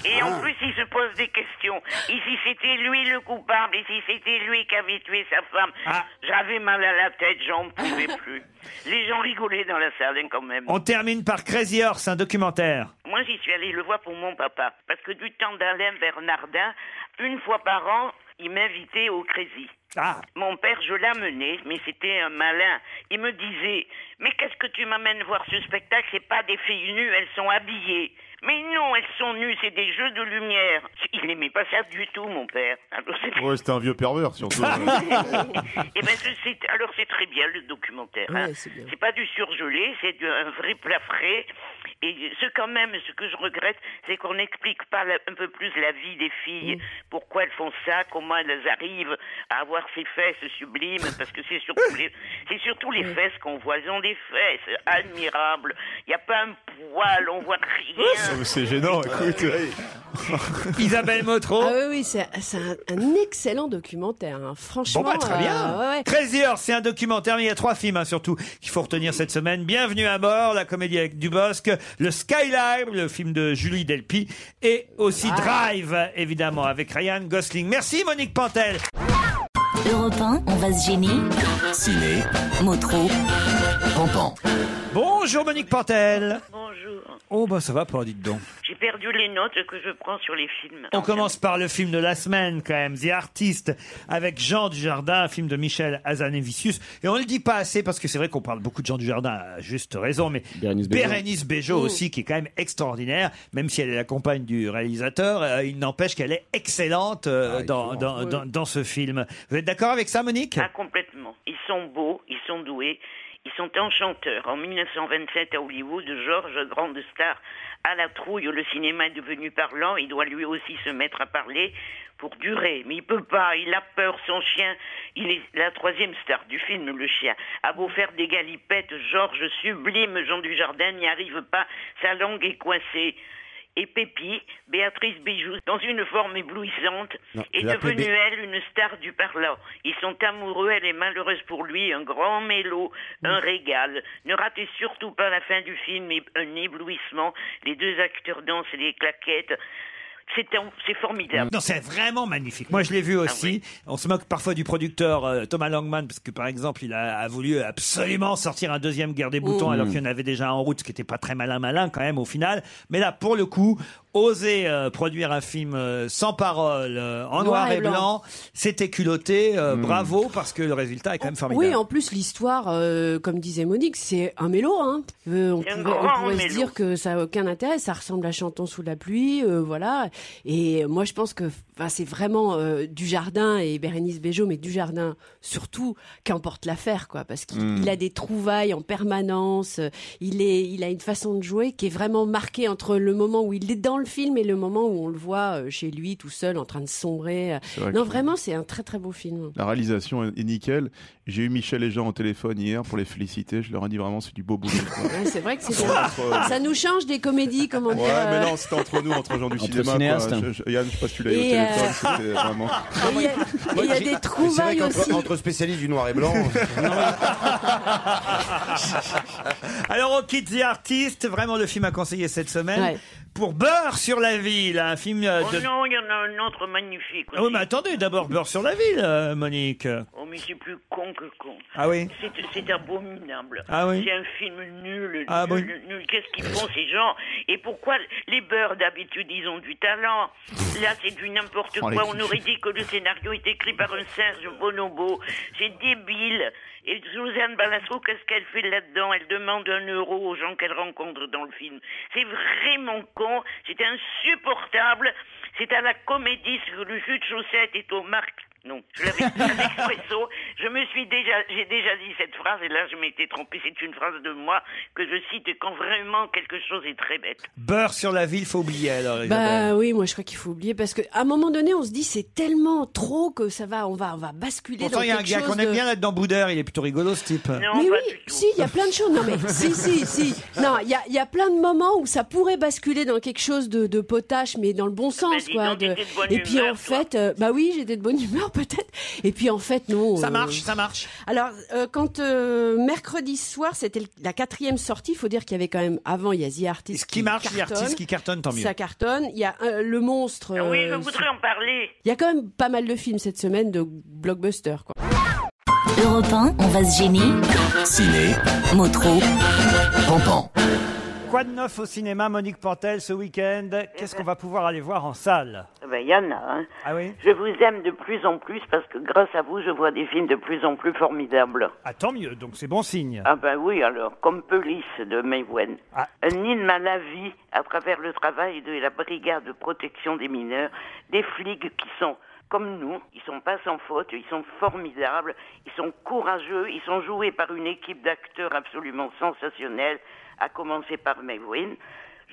Et en plus, il se pose des questions. Et si c'était lui le coupable Et si c'était lui qui avait tué sa femme J'avais mal à la tête, j'en pouvais plus. *laughs* Les gens rigolaient dans la salle, hein, quand même.
On termine par Crazy Horse, un documentaire.
Moi, j'y suis allée le voir pour mon papa. Parce que du temps d'Alain Bernardin, une fois par an, il m'invitait au Crécy.
Ah.
Mon père, je l'amenais, mais c'était un malin. Il me disait Mais qu'est-ce que tu m'amènes voir ce spectacle C'est pas des filles nues, elles sont habillées. Mais non, elles sont nues, c'est des jeux de lumière. Il n'aimait pas ça du tout, mon père. Alors c'est
Ouais, c'était un vieux
*laughs*
pervers, surtout.
Eh ben, je sais- alors c'est très bien le documentaire. hein.
Ouais,
c'est
c'est bien.
pas du surgelé, c'est du- un vrai plat frais. Et ce quand même, ce que je regrette, c'est qu'on n'explique pas la- un peu plus la vie des filles,
Mm.
pourquoi elles font ça, comment elles arrivent à avoir ces fesses sublimes, parce que c'est
*laughs*
surtout les, c'est surtout les fesses qu'on voit. Elles ont des fesses admirables. Il n'y a pas un
*laughs*
poil, on voit rien.
C'est gênant, écoute.
Isabelle Motro.
Ah oui, oui, c'est c'est un, un excellent documentaire, hein. franchement.
Bon bah très
euh,
bien.
ouais, ouais.
13 heures, c'est un documentaire, mais il y a trois films hein, surtout qu'il faut retenir cette semaine. Bienvenue à bord, la comédie avec Dubosc, le Skylab, le film de Julie Delpy, et aussi
Ah.
Drive, évidemment, avec Ryan Gosling. Merci Monique Pantel.
Europe 1, on va se gêner.
Ciné.
Mot trop.
Pampan.
Bonjour Monique Pantel. Bonjour. Oh bah ça va pas, dites donc.
J'ai perdu les notes que je prends sur les films.
On commence par le film de la semaine quand même, The Artist, avec Jean Dujardin, un film de Michel Hazanavicius. Et on le dit pas assez parce que c'est vrai qu'on parle beaucoup de Jean Dujardin, à juste raison, mais
Béjot.
Bérénice Béjot
Mmh.
aussi, qui est quand même extraordinaire, même si elle est la compagne du réalisateur, euh, il n'empêche qu'elle est excellente euh, dans, dans, dans, dans ce film. Vous êtes d'accord avec ça, Monique
Ah, complètement. Ils sont beaux, ils sont doués, ils sont enchanteurs. En 1927, à Hollywood, Georges, grande star à la trouille, le cinéma est devenu parlant, il doit lui aussi se mettre à parler pour durer. Mais il peut pas, il a peur, son chien, il est la troisième star du film, le chien. A beau faire des galipettes, Georges, sublime, Jean Dujardin n'y arrive pas, sa langue est coincée. Et Pépi, Béatrice Bijoux, dans une forme éblouissante,
Non,
est
la
devenue,
Pépé-
elle, une star du parlant. Ils sont amoureux, elle est malheureuse pour lui, un grand mélo, un régal. Ne ratez surtout pas la fin du film, é- un éblouissement. Les deux acteurs dansent les claquettes. C'est un- c'est formidable.
Non, c'est vraiment magnifique. Moi, je l'ai vu aussi. On se moque parfois du producteur euh, Thomas Langman, parce que par exemple, il a, a voulu absolument sortir un deuxième Guerre des Boutons,
Mmh.
alors qu'il y en avait déjà un en route, ce qui n'était pas très malin malin quand même au final. Mais là, pour le coup, oser euh, produire un film euh, sans parole, euh, en noir, et, blanc, c'était culotté. euh, Bravo, parce que le résultat est quand même formidable.
Oh, Oui, en plus l'histoire, euh, comme disait Monique, c'est un mélo. Hein. Euh, on
Un
pouvait,
grand
on pourrait se
mélo.
dire que ça a aucun intérêt, ça ressemble à Chanton sous la pluie, euh, voilà. Et moi, je pense que enfin, c'est vraiment euh, Dujardin et Bérénice Bejo, mais Dujardin surtout, qui emporte l'affaire, quoi, parce qu'il
Hmm.
Mm.
il a des trouvailles en permanence. euh, Il est, il a une façon de jouer qui est vraiment marquée entre le moment où il est dans le film et le moment où on le voit euh, chez lui tout seul en train de sombrer.
C'est vrai
non,
que-
vraiment, c'est un très très beau film.
La réalisation est est nickel. J'ai eu Michel et Jean au téléphone hier pour les féliciter. Je leur ai dit vraiment, c'est du beau boulot. quoi.
Ouais, c'est vrai que c'est
Ouais,
bien.
entre-
Ça nous change des comédies, comment dire.
Ouais, mais
euh,
non, c'était entre nous, entre gens du
Entre
cinéma.
cinéastes.
quoi. Je- je- Yann, je sais pas si tu l'as eu au
Et,
téléphone,
euh,
c'était vraiment.
et il y a- et il y a des trouvailles aussi.
Entre spécialistes du noir et blanc.
Alors, on quitte The Artist, vraiment le film à conseiller cette semaine.
Ouais.
Pour Beurre sur la ville, un film euh,
Oh
de.
non, il y en a un autre magnifique.
Ah oui, mais attendez, d'abord Beurre sur la ville, euh, Monique.
Oh, mais c'est plus con que con.
Ah oui
C'est, c'est abominable.
Ah oui
C'est un film nul.
Ah
nul,
bon
nul. Qu'est-ce qu'ils font, ces gens Et pourquoi les beurs, d'habitude, ils ont du talent Là, c'est du n'importe
Oh, les
quoi. On
clichés.
aurait dit que le scénario est écrit par un Serge Bonobo. C'est débile. Et Suzanne Balasco, qu'est-ce qu'elle fait là-dedans Elle demande un euro aux gens qu'elle rencontre dans le film. C'est vraiment con. C'est insupportable. C'est à la comédie ce que le jus de chaussette est au marque. Non, je l'avais à
*laughs*
l'expresso. Je me suis déjà, j'ai déjà dit cette phrase et là je m'étais trompée. C'est une phrase de moi que je cite quand vraiment quelque chose est très bête.
Beurre sur la ville, faut oublier alors. Isabelle.
euh,
Bah oui, moi je crois qu'il faut oublier parce qu'à un moment donné, on se dit c'est tellement trop que ça va, on va, on va basculer
Pourtant,
dans
il y a un
quelque
gars
chose
qu'on aime
de-
bien là-dedans, Boudère, il est plutôt rigolo ce type.
mais oui, si, il y a plein de choses. Non,
*laughs*
mais si, si, si. Non, il y a, il y a plein de moments où ça pourrait basculer dans quelque chose de, de potache, mais dans le
Bah,
bon sens,
dis
quoi.
donc, t'étais de bonne
Et puis
humeur,
en fait, euh, bah oui, j'étais de bonne humeur *laughs* peut-être. Et puis en fait, non. euh,
Ça marche, ça marche.
Alors, euh, quand euh, mercredi soir, c'était le- la quatrième sortie, il faut dire qu'il y avait quand même avant, il y a The Artist. Ce
qui marche, The Artist qui cartonne, tant mieux.
Ça cartonne. Il y a euh, Le Monstre.
Ah oui, je
euh,
voudrais en parler.
il y a quand même pas mal de films cette semaine de blockbusters. Quoi.
Europe 1, on va se gêner.
Ciné.
Mot trop.
Pampan.
Quoi de neuf au cinéma, Monique Pantel, ce week-end Qu'est-ce qu'on va pouvoir aller voir en salle
Eh ben, il y en a. hein.
Ah oui
Je vous aime de plus en plus parce que grâce à vous, je vois des films de plus en plus formidables.
Ah, tant mieux, donc c'est bon signe.
Ah ben oui, alors, comme Pelisse de Maywen. Un île Malawi, à travers le travail de la brigade de protection des mineurs, des flics qui sont comme nous, ils sont pas sans faute, ils sont formidables, ils sont courageux, ils sont joués par une équipe d'acteurs absolument sensationnelle, à commencer par Maywen,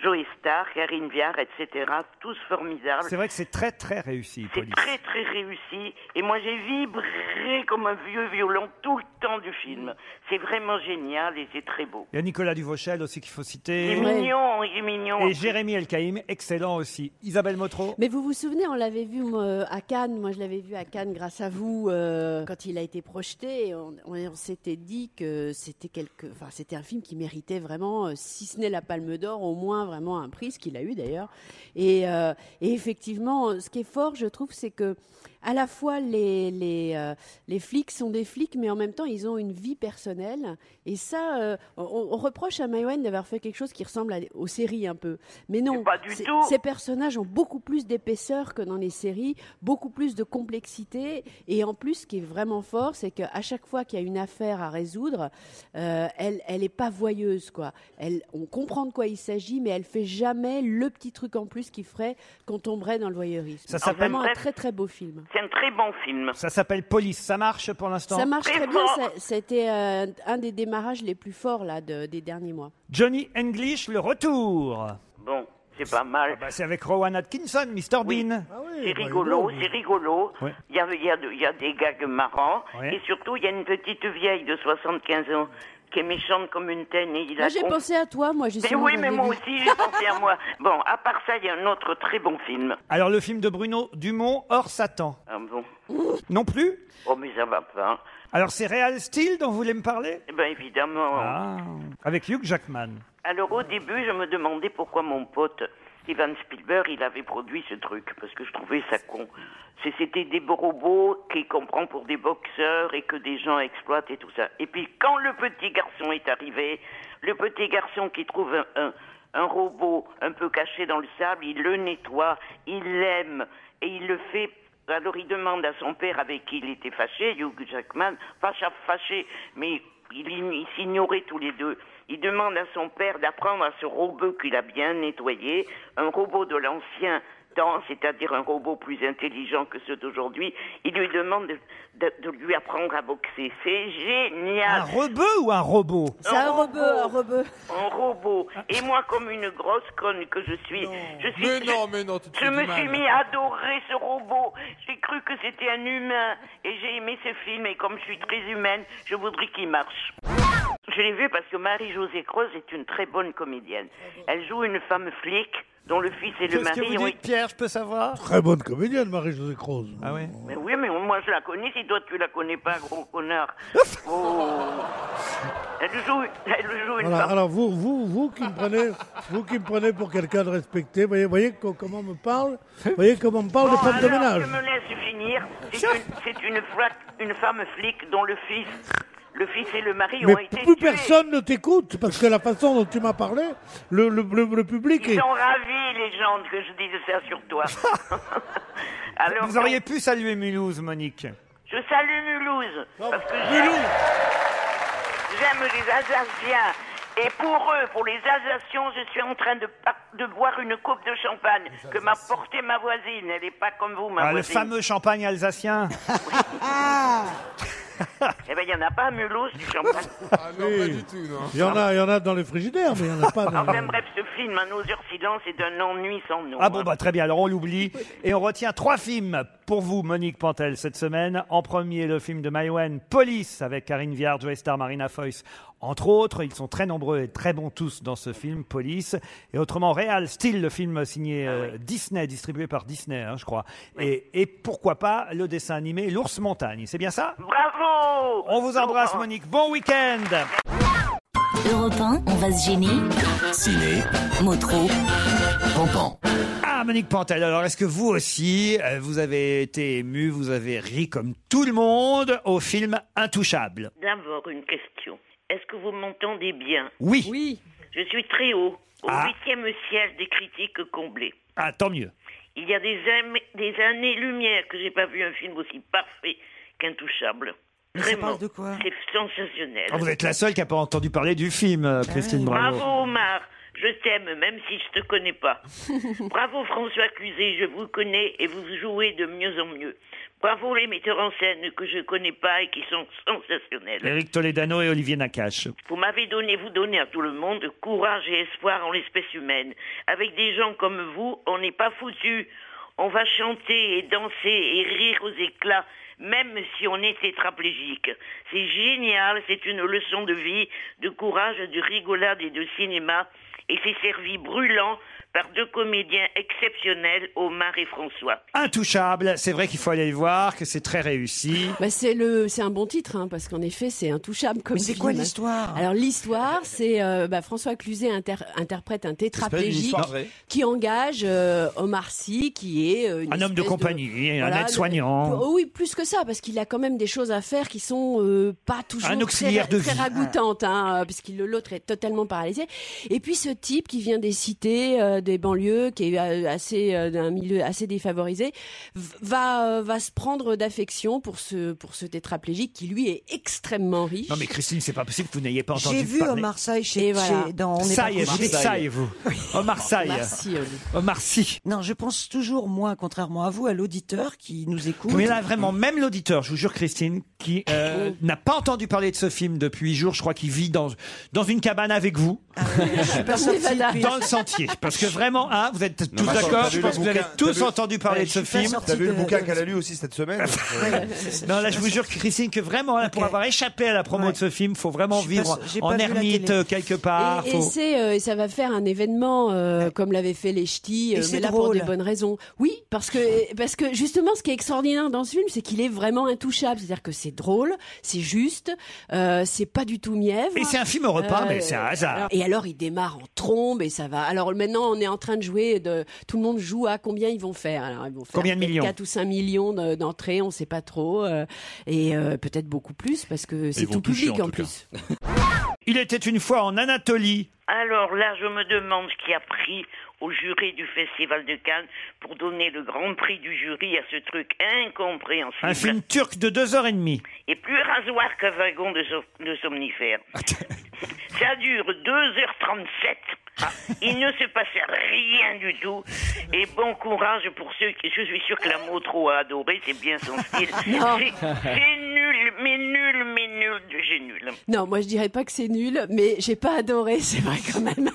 Joey Star, Karine Viard, etc., tous formidables.
C'est vrai que c'est très très réussi, Police.
Très très réussi et moi j'ai vibré comme un vieux violon tout le temps du film. C'est vraiment génial et c'est très beau.
Il y a Nicolas Duvauchel aussi qu'il faut
Il est
citer.
mignon, il est mignon.
Et Jérémy Elkaïm, excellent aussi. Isabelle Motro
Mais vous vous souvenez, on l'avait vu moi, à Cannes. Moi, je l'avais vu à Cannes grâce à vous euh, quand il a été projeté. On, on- on s'était dit que c'était quelque, enfin, c'était un film qui méritait vraiment, euh, si ce n'est la Palme d'Or, au moins vraiment un prix, ce qu'il a eu d'ailleurs. Et, euh, et effectivement, ce qui est fort, je trouve, c'est que à la fois les les, euh, les flics sont des flics, mais en même temps, ils ont une vie personnelle. Et ça, euh, on, on reproche à Maïwen d'avoir fait quelque chose qui ressemble à- aux séries un peu. Mais non, c'est- ces personnages ont beaucoup plus d'épaisseur que dans les séries, beaucoup plus de complexité. Et en plus, ce qui est vraiment fort, c'est qu'à chaque fois qu'il y a une affaire à résoudre, euh, elle elle est pas voyeuse quoi. Elle, on comprend de quoi il s'agit, mais elle fait jamais le petit truc en plus qui ferait qu'on tomberait dans le voyeurisme.
Ça
C'est
s'appelle-
vraiment un très très beau film.
C'est un très bon film.
Ça s'appelle Police. Ça marche pour l'instant
Ça marche très bien, ça- c'était euh, un des démarrages les plus forts là, de- des derniers mois.
Johnny English, le retour.
Bon, c'est pas mal.
Ah bah, ah c'est avec Rowan Atkinson, Mr. Bean.
C'est rigolo, c'est rigolo.
Ouais.
Il y, a, il y a de- il y a des gags marrants.
Ouais.
Et surtout, il y a une petite vieille de 75 ans qui est méchante comme une teigne. Et il
Là,
a
j'ai
con-
pensé à toi, moi,
Mais
justement.
oui,
je
mais
l'ai
moi
vu.
aussi, j'ai pensé à moi. *laughs* Bon, à part ça, il y a un autre très bon film.
Alors le film de Bruno Dumont, Hors Satan.
Ah bon
Non plus
Oh, mais ça va pas.
Alors c'est Real Steel dont vous voulez me parler
Eh ben, évidemment.
Ah, Avec Hugh Jackman.
Alors au début, je me demandais pourquoi mon pote Steven Spielberg, il avait produit ce truc, parce que je trouvais ça con. C'est- C'était des robots qui comprend pour des boxeurs et que des gens exploitent et tout ça. Et puis quand le petit garçon est arrivé, le petit garçon qui trouve un, un- un robot un peu caché dans le sable, il le nettoie, il l'aime et il le fait. Alors il demande à son père avec qui il était fâché, Hugh Jackman, fâché, fâché, mais il ign- ils s'ignoraient tous les deux. Il demande à son père d'apprendre à ce robot qu'il a bien nettoyé, un robot de l'ancien temps, c'est-à-dire un robot plus intelligent que ceux d'aujourd'hui. Il lui demande de, de- de lui apprendre à boxer. C'est génial.
Un rebeu ou un robot
C'est un robot, un robot. Un robot. Et moi, comme une grosse conne que je suis, je suis.
Mais
je-
non, mais non, tu te
Je
fais
me
du
suis
mal.
mis à adorer ce robot. J'ai cru que c'était un humain et j'ai aimé ce film. Et comme je suis très humaine, je voudrais qu'il marche. Je l'ai vu parce que Marie-Josée Creuse est une très bonne comédienne. Elle joue une femme flic dont le fils et le
Qu'est-ce que
mari
vous
ont
dites,
été.
Pierre, je peux savoir
Très bonne comédienne, Marie-Josée Croze.
Ah oui
Mais oui, mais moi je la connais, si toi tu la connais pas, gros connard. Oh. Elle joue, elle joue une
Voilà,
femme.
alors vous, vous, vous qui me prenez, vous qui me prenez pour quelqu'un de respecté, voyez, voyez co- comment on me parle, voyez comment on me parle
Bon,
des femmes de
Oh, alors,
ménage.
Je me laisse finir. C'est une, c'est une, fra- une femme flic dont le fils, le fils et le mari
Mais
ont été
plus
tués.
personne ne t'écoute parce que la façon dont tu m'as parlé, le, le, le- le public
Ils
est.
sont ravis, les gens, que je dise ça sur toi. Alors,
Vous auriez pu saluer Mulhouse, Monique.
Je salue Mulhouse. parce que j'aime- J'aime les Alsaciens. Et pour eux, pour les Alsaciens, je suis en train de, pa- de boire une coupe de champagne que m'a portée ma voisine. Elle n'est pas comme vous, ma
Ah, le
voisine.
fameux champagne alsacien.
Eh bien, il n'y en a pas à Mulhouse du champagne.
Ah non, pas
Oui.
du tout, non.
Il y en a, il y en a dans les frigidaires, mais il y en a pas.
Ah,
Dans
Enfin bref, ce film, Un oseur silence, est d'un ennui sans nom. hein.
Ah bon, bah très bien, alors on l'oublie. Et on retient trois films pour vous, Monique Pantel, cette semaine. En premier, le film de Maïwen, Police, avec Karine Viard, Joey Star, Marina Foïs, entre autres. Ils sont très nombreux et très bons tous dans ce film, Police. Et autrement, Real Steel, le film signé euh, Disney, distribué par Disney, hein, je crois. Et, et pourquoi pas le dessin animé L'Ours Montagne, c'est bien ça
Bravo
On vous embrasse, Monique. Bon week-end
Europe 1, on va se gêner.
Ciné, mot trop, Pompon.
Ah, Monique Pantel, alors est-ce que vous aussi, euh, vous avez été ému, vous avez ri comme tout le monde au film Intouchable
D'abord, une question. Est-ce que vous m'entendez bien
Oui.
Oui. Je suis très haut, au
Ah.
huitième siège des critiques comblées.
Ah, tant mieux.
Il y a des, am- des années-lumière que j'ai pas vu un film aussi parfait qu'intouchable. Vraiment, c'est sensationnel.
Ah, vous êtes la seule qui n'a pas entendu parler du film, euh, Christine Bravo.
Bravo Omar, je t'aime même si je te connais pas. Bravo François Cluzet, je vous connais et vous jouez de mieux en mieux. Bravo les metteurs en scène que je connais pas et qui sont sensationnels.
Eric Toledano et Olivier Nakache.
Vous m'avez donné, vous donnez à tout le monde courage et espoir en l'espèce humaine. Avec des gens comme vous, on n'est pas foutu. On va chanter et danser et rire aux éclats, même si on est tétraplégique. C'est génial, c'est une leçon de vie, de courage, de rigolade et de cinéma. Et c'est servi brûlant par deux comédiens exceptionnels, Omar et François.
Intouchable, c'est vrai qu'il faut aller le voir, que c'est très réussi.
Bah, c'est le, c'est un bon titre, hein, parce qu'en effet, c'est intouchable comme.
Mais c'est
film.
quoi l'histoire
Alors l'histoire, c'est euh, bah, François Cluzet inter- interprète un
C'est pas une
tétraplégique
histoire vraie.
qui engage euh, Omar Sy, qui est euh, une
Un homme de
espèce
compagnie, un
le-
aide-soignant.
Oh oui, plus que ça, parce qu'il a quand même des choses à faire qui sont euh, pas toujours
Un auxiliaire
très,
de
très
vie.
ragoûtantes, hein, euh, puisque le- l'autre est totalement paralysé. Et puis ce type qui vient des cités, euh, des banlieues, qui est euh, assez euh, d'un milieu assez défavorisé, v- va euh, va se prendre d'affection pour ce pour ce tétraplégique qui lui est extrêmement riche.
Non mais Christine, c'est pas possible que vous n'ayez pas entendu
J'ai vu
parler.
Omar
Sy
chez- Et voilà. chez- dans On n'est pas
Sy, vous dites
couché.
Sy, vous. Omar Sy. Omar Sy.
Non, je pense toujours, moi, contrairement à vous, à l'auditeur qui nous écoute.
Mais là, vraiment, même l'auditeur, je vous jure, Christine, qui euh, n'a pas entendu parler de ce film depuis huit jours, je crois qu'il vit dans, dans une cabane avec vous.
pas sortie depuis.
dans le sentier. Parce que vraiment, hein, vous êtes tous d'accord Je pense que vous avez tous entendu parler de ce film.
T'as vu le bouquin qu'elle a lu aussi cette semaine
Non, là, je vous jure, Christine, que vraiment, là, pour avoir échappé à la promo de ce film, faut vraiment vivre
pas- j'ai
en
pas vu la
ermite
télé.
euh, quelque part.
Et, et
faut-
c'est, euh, et ça va faire un événement euh, comme l'avait fait les ch'tis,
Et
euh,
c'est
mais là pour
drôle.
des bonnes raisons. Oui, parce que parce que justement, ce qui est extraordinaire dans ce film, c'est qu'il est vraiment intouchable. C'est-à-dire que c'est drôle, c'est juste, euh, c'est pas du tout mièvre.
Et c'est un film repas, mais c'est un hasard.
Euh, alors- et alors, il démarre en trombe et ça va. Alors maintenant, on est en train de jouer. De, tout le monde joue à combien ils vont faire. Alors, ils vont faire
Combien de
peut-être
millions
4 ou 5 millions de- d'entrées, on sait pas trop. euh, et euh, peut-être beaucoup plus parce que c'est
Ils vont
tout
toucher,
public
en
en,
tout cas.
plus.
Il était une fois en Anatolie.
Alors là, je me demande ce qui a pris au jury du Festival de Cannes pour donner le grand prix du jury à ce truc incompréhensible.
Un film turc de deux heures et demie.
Et plus rasoir qu'un wagon de, so- de somnifère.
Ah,
*laughs* Ça dure 2h37. Ah, Il ne se passe rien du tout. Et bon courage pour ceux qui. Je suis sûr que la Motro a adoré, c'est bien son style.
*laughs* Non.
C'est c'est nul, mais nul, mais nul de chez nul.
Non, moi je dirais pas que c'est nul, mais j'ai pas adoré, *laughs* c'est vrai quand même.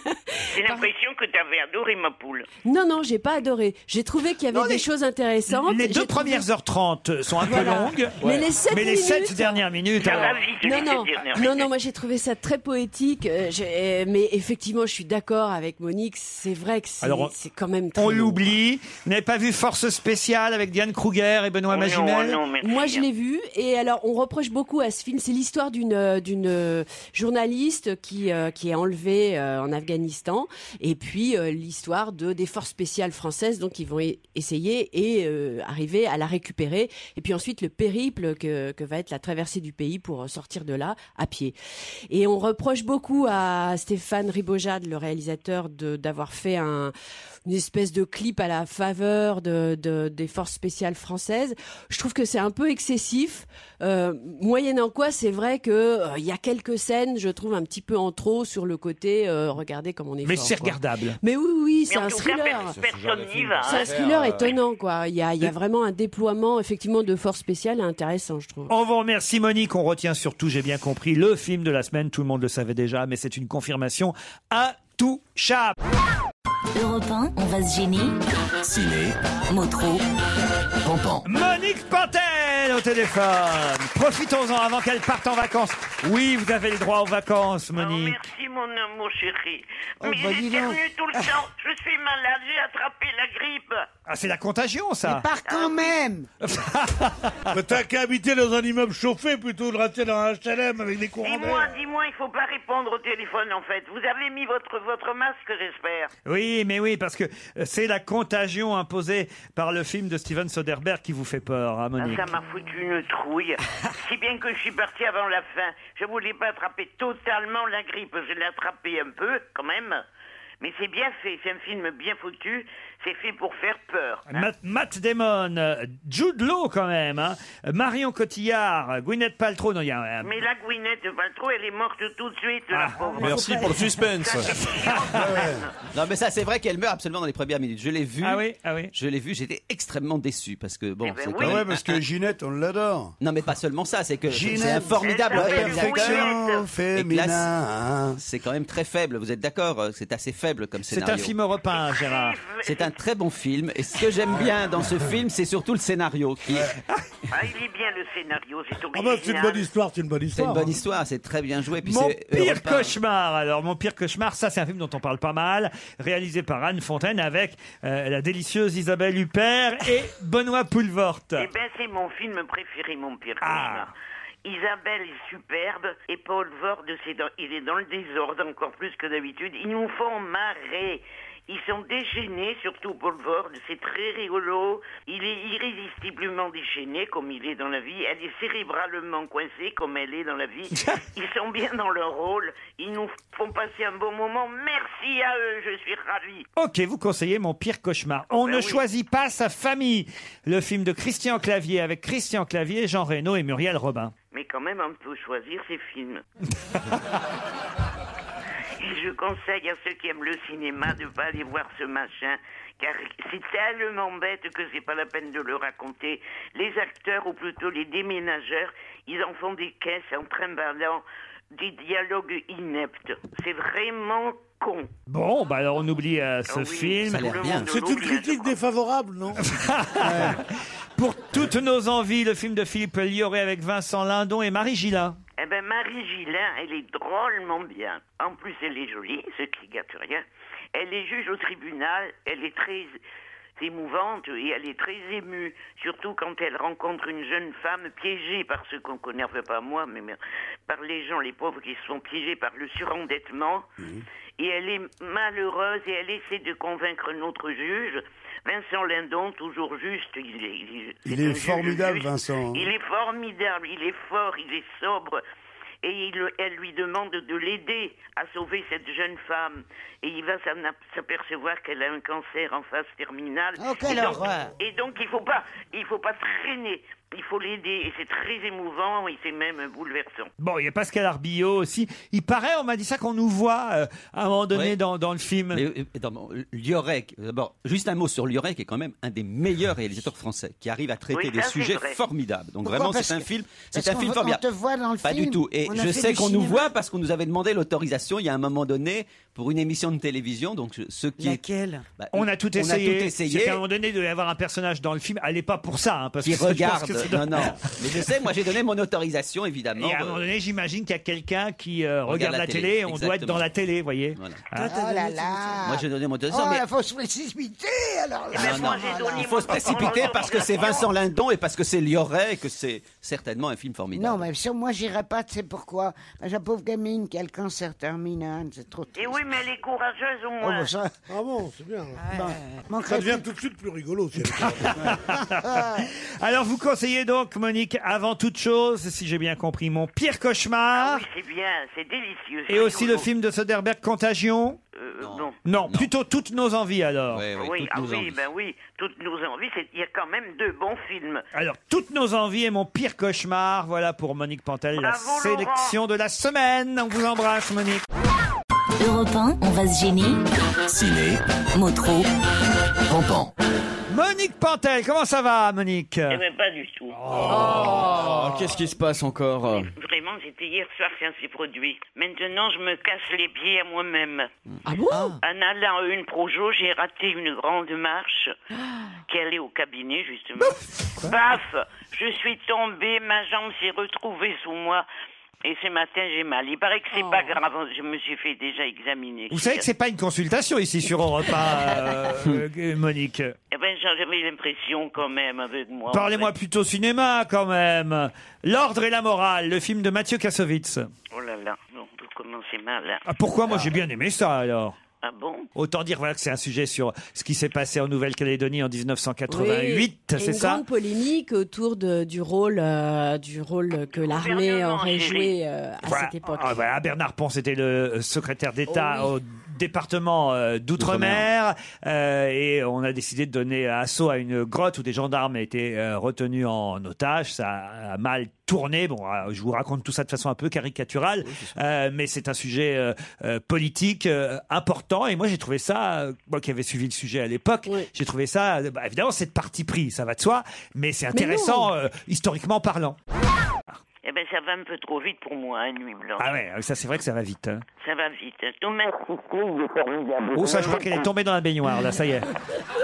J'ai l'impression que tu avais adoré ma poule.
Non, non, j'ai pas adoré. J'ai trouvé qu'il y avait des choses intéressantes.
Les deux
J'ai trouvé-
premières heures 30 sont un peu
Voilà.
longues.
Mais les sept
Mais les
minutes- hein.
sept dernières minutes. alors-
non, non, non, non, moi j'ai trouvé ça très poétique, euh, j'ai- euh, mais effectivement je suis d'accord avec Monique, c'est vrai que c'est
Alors, on-
c'est quand même très
On
long.
l'oublie. Vous n'avez pas vu Force spéciale avec Diane Kruger et Benoît Magimel
Moi,
hein.
je l'ai vu. Et alors, on reproche beaucoup à ce film. C'est l'histoire d'une euh, d'une euh, journaliste qui euh, qui est enlevée euh, en Afghanistan, et puis euh, l'histoire de des forces spéciales françaises, donc ils vont e- essayer et euh, arriver à la récupérer. Et puis ensuite le périple que que va être la traversée du pays pour euh, sortir de là à pied. Et on reproche beaucoup à Stéphane Ribojade, le réalisateur, de d'avoir fait un une espèce de clip à la faveur de, de- des forces spéciales françaises. Je trouve que c'est un peu excessif. Euh, moyennant quoi, c'est vrai que euh, il y a quelques scènes, je trouve un petit peu en trop sur le côté. euh, regardez comme on est.
Mais
fort,
c'est
quoi.
regardable.
Mais oui, oui, oui, c'est
en
un
tout cas,
thriller.
per- personne n'y va. hein.
Ah, C'est un thriller étonnant, quoi. Il y a, il y a vraiment un déploiement, effectivement, de forces spéciales intéressant, je trouve.
On vous remercie Monique, on retient surtout, j'ai bien compris, le film de la semaine, tout le monde le savait déjà, mais c'est une confirmation à tout chat.
Europe 1, on va se gêner.
Ciné,
Mot trop.
Pompon.
Monique Pantel au téléphone. Profitons-en avant qu'elle parte en vacances. Oui, vous avez le droit aux vacances, Monique.
Ah, Oh, Merci mon amour chéri.
Oh,
Mais
bah,
j'ai
dis donc.
éternué
*laughs*
tout le temps. Je suis malade, j'ai attrapé la grippe.
Oh,
Ah, c'est la contagion, ça.
Par quand même Mais t'as qu'à habiter dans un immeuble chauffé plutôt que de rester dans un HLM avec des courants
Dis-moi,
bah.
d'air.
dis-moi, il faut pas répondre au téléphone en fait. Vous avez mis votre votre masque, j'espère.
Oui, mais oui, parce que euh, c'est la contagion imposée par le film de Steven Soderbergh qui vous fait peur, hein,
Ah,
Monique.
Ça m'a foutu une *laughs* trouille. si bien que je suis parti avant la fin. Je voulais pas attraper totalement la grippe. Je l'ai attrapé un peu, quand même. Mais c'est bien fait. C'est un film bien foutu. C'est fait pour faire peur.
Matt, Matt Damon, euh, Jude Law quand même, hein, euh, Marion Cotillard, euh, Gwyneth Paltrow, non, il y a un-
Mais la Gwynette Paltrow, elle est morte tout de suite, la
Ah,
pauvre.
non mais ça c'est vrai qu'elle meurt absolument dans les premières minutes. Je l'ai vu.
Ah oui, ah oui.
Je l'ai vu, j'étais extrêmement déçu parce que bon.
Eh ben
c'est quand
oui.
même
Ah ouais, parce
un-
que Ginette, on l'adore.
Non mais pas seulement ça, c'est que c'est-
Ginette,
c'est un formidable
elle s'appelle
réalisateur.
Ginette.
Et que là, c'est c'est quand même très faible. Vous êtes d'accord euh, que C'est assez faible comme
C'est
scénario.
un film européen, Gérard.
C'est un très bon film. Et ce que j'aime bien dans ce film, c'est surtout le scénario qui.
Ah, il est bien le scénario, c'est
Ah
original.
bah, c'est une bonne histoire, c'est une bonne
C'est
histoire.
une bonne histoire, c'est très bien joué. Puis
Mon
c'est
pire
européen.
cauchemar, alors mon pire cauchemar, ça c'est un film dont on parle pas mal, réalisé par Anne Fontaine avec euh, la délicieuse Isabelle Huppert et Benoît Poulvort.
Eh ben, c'est mon film préféré, mon pire cauchemar. Isabelle est superbe et Paul Vord, c'est dans- il est dans le désordre encore plus que d'habitude. Ils nous font marrer. Ils sont déchaînés, surtout Paul Vord, c'est très rigolo. Il est irrésistiblement déchaîné comme il est dans la vie. Elle est cérébralement coincée comme elle est dans la vie. Ils sont bien dans leur rôle. Ils nous font passer un bon moment. Merci à eux, je suis ravi.
Ok, vous conseillez mon pire cauchemar. On ne choisit pas sa famille. Le film de Christian Clavier avec Christian Clavier, Jean Reno et Muriel Robin.
Mais quand même, on peut choisir ses films. Et je conseille à ceux qui aiment le cinéma de pas aller voir ce machin, car c'est tellement bête que c'est pas la peine de le raconter. Les acteurs, ou plutôt les déménageurs, ils en font des caisses en trimballant des dialogues ineptes. C'est vraiment con.
Bon, bah alors on oublie euh, ce
Ah oui,
film.
ça a l'air bien.
C'est une critique défavorable, non
Pour toutes nos envies, le film de Philippe Lioré avec Vincent Lindon et Marie Gillin.
Eh ben, Marie Gillin, elle est drôlement bien. En plus, elle est jolie, ce qui gâte rien. Elle est juge au tribunal, elle est très émouvante et elle est très émue, surtout quand elle rencontre une jeune femme piégée par ce qu'on connaît, enfin pas moi, mais mais par les gens, les pauvres qui se font piéger par le surendettement. Et elle est malheureuse et elle essaie de convaincre notre juge, Vincent Lindon, toujours juste, il est, il est-
Il
c'est un
est
juge
formidable,
juste.
Vincent. hein.
Il est formidable, il est fort, il est sobre. Et il- elle lui demande de l'aider à sauver cette jeune femme. Et il va s'en ap- s'apercevoir qu'elle a un cancer en phase terminale.
Oh, quelle
et donc,
horreur.
Et donc il faut pas, il faut pas traîner. Il faut l'aider. Et c'est très émouvant et c'est même bouleversant.
Bon, il y a Pascal Arbillot aussi. Il paraît, on m'a dit ça, qu'on nous voit euh, à un moment donné dans, dans le film.
Mais, euh, dans- Liorek, d'abord, juste un mot sur Liorek, qui est quand même un des meilleurs réalisateurs français, qui arrive à traiter
Oui,
des
ça, c'est
sujets
vrai.
formidables. Donc
Pourquoi
vraiment,
Parce
c'est un
que-
film,
parce
c'est un
qu'on
film
voit- on
formidable.
te voit dans le
Pas
film.
du tout. Et
On a
je
fait
sais
du
qu'on nous
cinéma.
voit parce qu'on nous avait demandé l'autorisation il y a un moment donné pour une émission de télévision. Donc je- ceux qui
Laquelle
Bah,
On a tout essayé.
On a tout essayé.
C'est qu'à un moment donné, il devait y avoir un personnage dans le film. Allez pas pour ça, hein, parce
Qui
que je pense
regarde.
que c'est- *laughs*
Non, non. Mais je sais, moi j'ai donné mon autorisation évidemment.
Et à un moment donné, j'imagine qu'il y a quelqu'un qui euh, regarde, la, télé, et on doit être
exactement.
dans la télé, vous voyez. Ah.
Oh là là
Moi j'ai donné mon
Oh,
autorisation. mais-
la Eh ben, fausse précipité alors
Eh
là.
ben,
Non, non, il faut se précipiter parce que c'est Vincent Lindon et parce que c'est Lioré que c'est certainement un film formidable.
Non, mais sur moi, j'irai pas, tu sais pourquoi. La pauvre gamine qui a le cancer terminal, c'est trop
Et Eh oui, mais elle est courageuse au
Oh,
moins.
bah, ça-
Ah bon, c'est bien.
Mon
Ça devient
crépit-
tout de suite plus rigolo. c'est-
Alors, vous conseillez donc, Monique, avant toute chose, si j'ai bien compris, mon pire cauchemar.
C'est bien, c'est délicieux.
Et aussi le film de Soderbergh, Contagion.
Euh, non.
Non, plutôt toutes nos envies alors.
Oui, ah oui, ben oui, toutes nos envies, c'est- il y a quand même de bons films.
Alors, toutes nos envies et mon pire cauchemar, voilà pour Monique Pantel, la
Bravo, Laurent.
sélection de la semaine. On vous embrasse, Monique.
Europe 1, on va se gêner.
Ciné,
Mot trop.
Pampan.
Monique Pantel, comment ça va, Monique
Eh ben, pas du tout.
Oh, qu'est-ce qui se passe encore
Vraiment, j'étais hier soir sans ces produits. Maintenant, je me casse les pieds à moi-même.
Ah bon
En allant à une projo, j'ai raté une grande
*gasps*
marche qui allait au cabinet, justement. Paf Je suis tombée, ma jambe s'est retrouvée sous moi. Et ce matin, j'ai mal. Il paraît que c'est pas grave, je me suis fait déjà examiner.
Oh. Vous savez que c'est pas une consultation ici sur Europe 1,
*laughs*
euh, euh, Monique.
Eh ben, j'avais l'impression quand même avec moi.
Parlez-moi plutôt cinéma quand même. L'ordre et la morale, le film de Mathieu Kassovitz.
Oh là là, on peut commencer mal. hein.
Ah, pourquoi moi j'ai bien aimé ça alors
Ah bon
Autant dire voilà que c'est un sujet sur ce qui s'est passé en Nouvelle-Calédonie en 1988,
Oui, et
c'est
une
ça
grande polémique autour de- du rôle euh, du rôle que l'armée
Gouvernement, j'ai
aurait joué euh, à
Voilà.
cette époque.
Ah, voilà, Bernard Pons était le euh, secrétaire d'État
Oh
au département euh, d'outre-mer Euh, et on a décidé de donner assaut à une grotte où des gendarmes étaient euh, retenus en otage. Ça a mal tourné. Bon, euh, je vous raconte tout ça de façon un peu caricaturale, euh, mais c'est un sujet euh, euh, politique euh, important. Et moi, j'ai trouvé ça, euh, moi qui avais suivi le sujet à l'époque, j'ai trouvé ça, euh, bah, évidemment, c'est de parti pris, ça va de soi, mais c'est intéressant euh, historiquement parlant.
Eh ben, ça va un peu trop vite pour moi, hein, Nuit Blanche.
Ah ouais, ça c'est vrai que ça va vite. hein.
Ça va vite. Thomas Sisley, il est formidable.
Oh, ça, je crois qu'elle est tombée dans la baignoire, là, ça y est.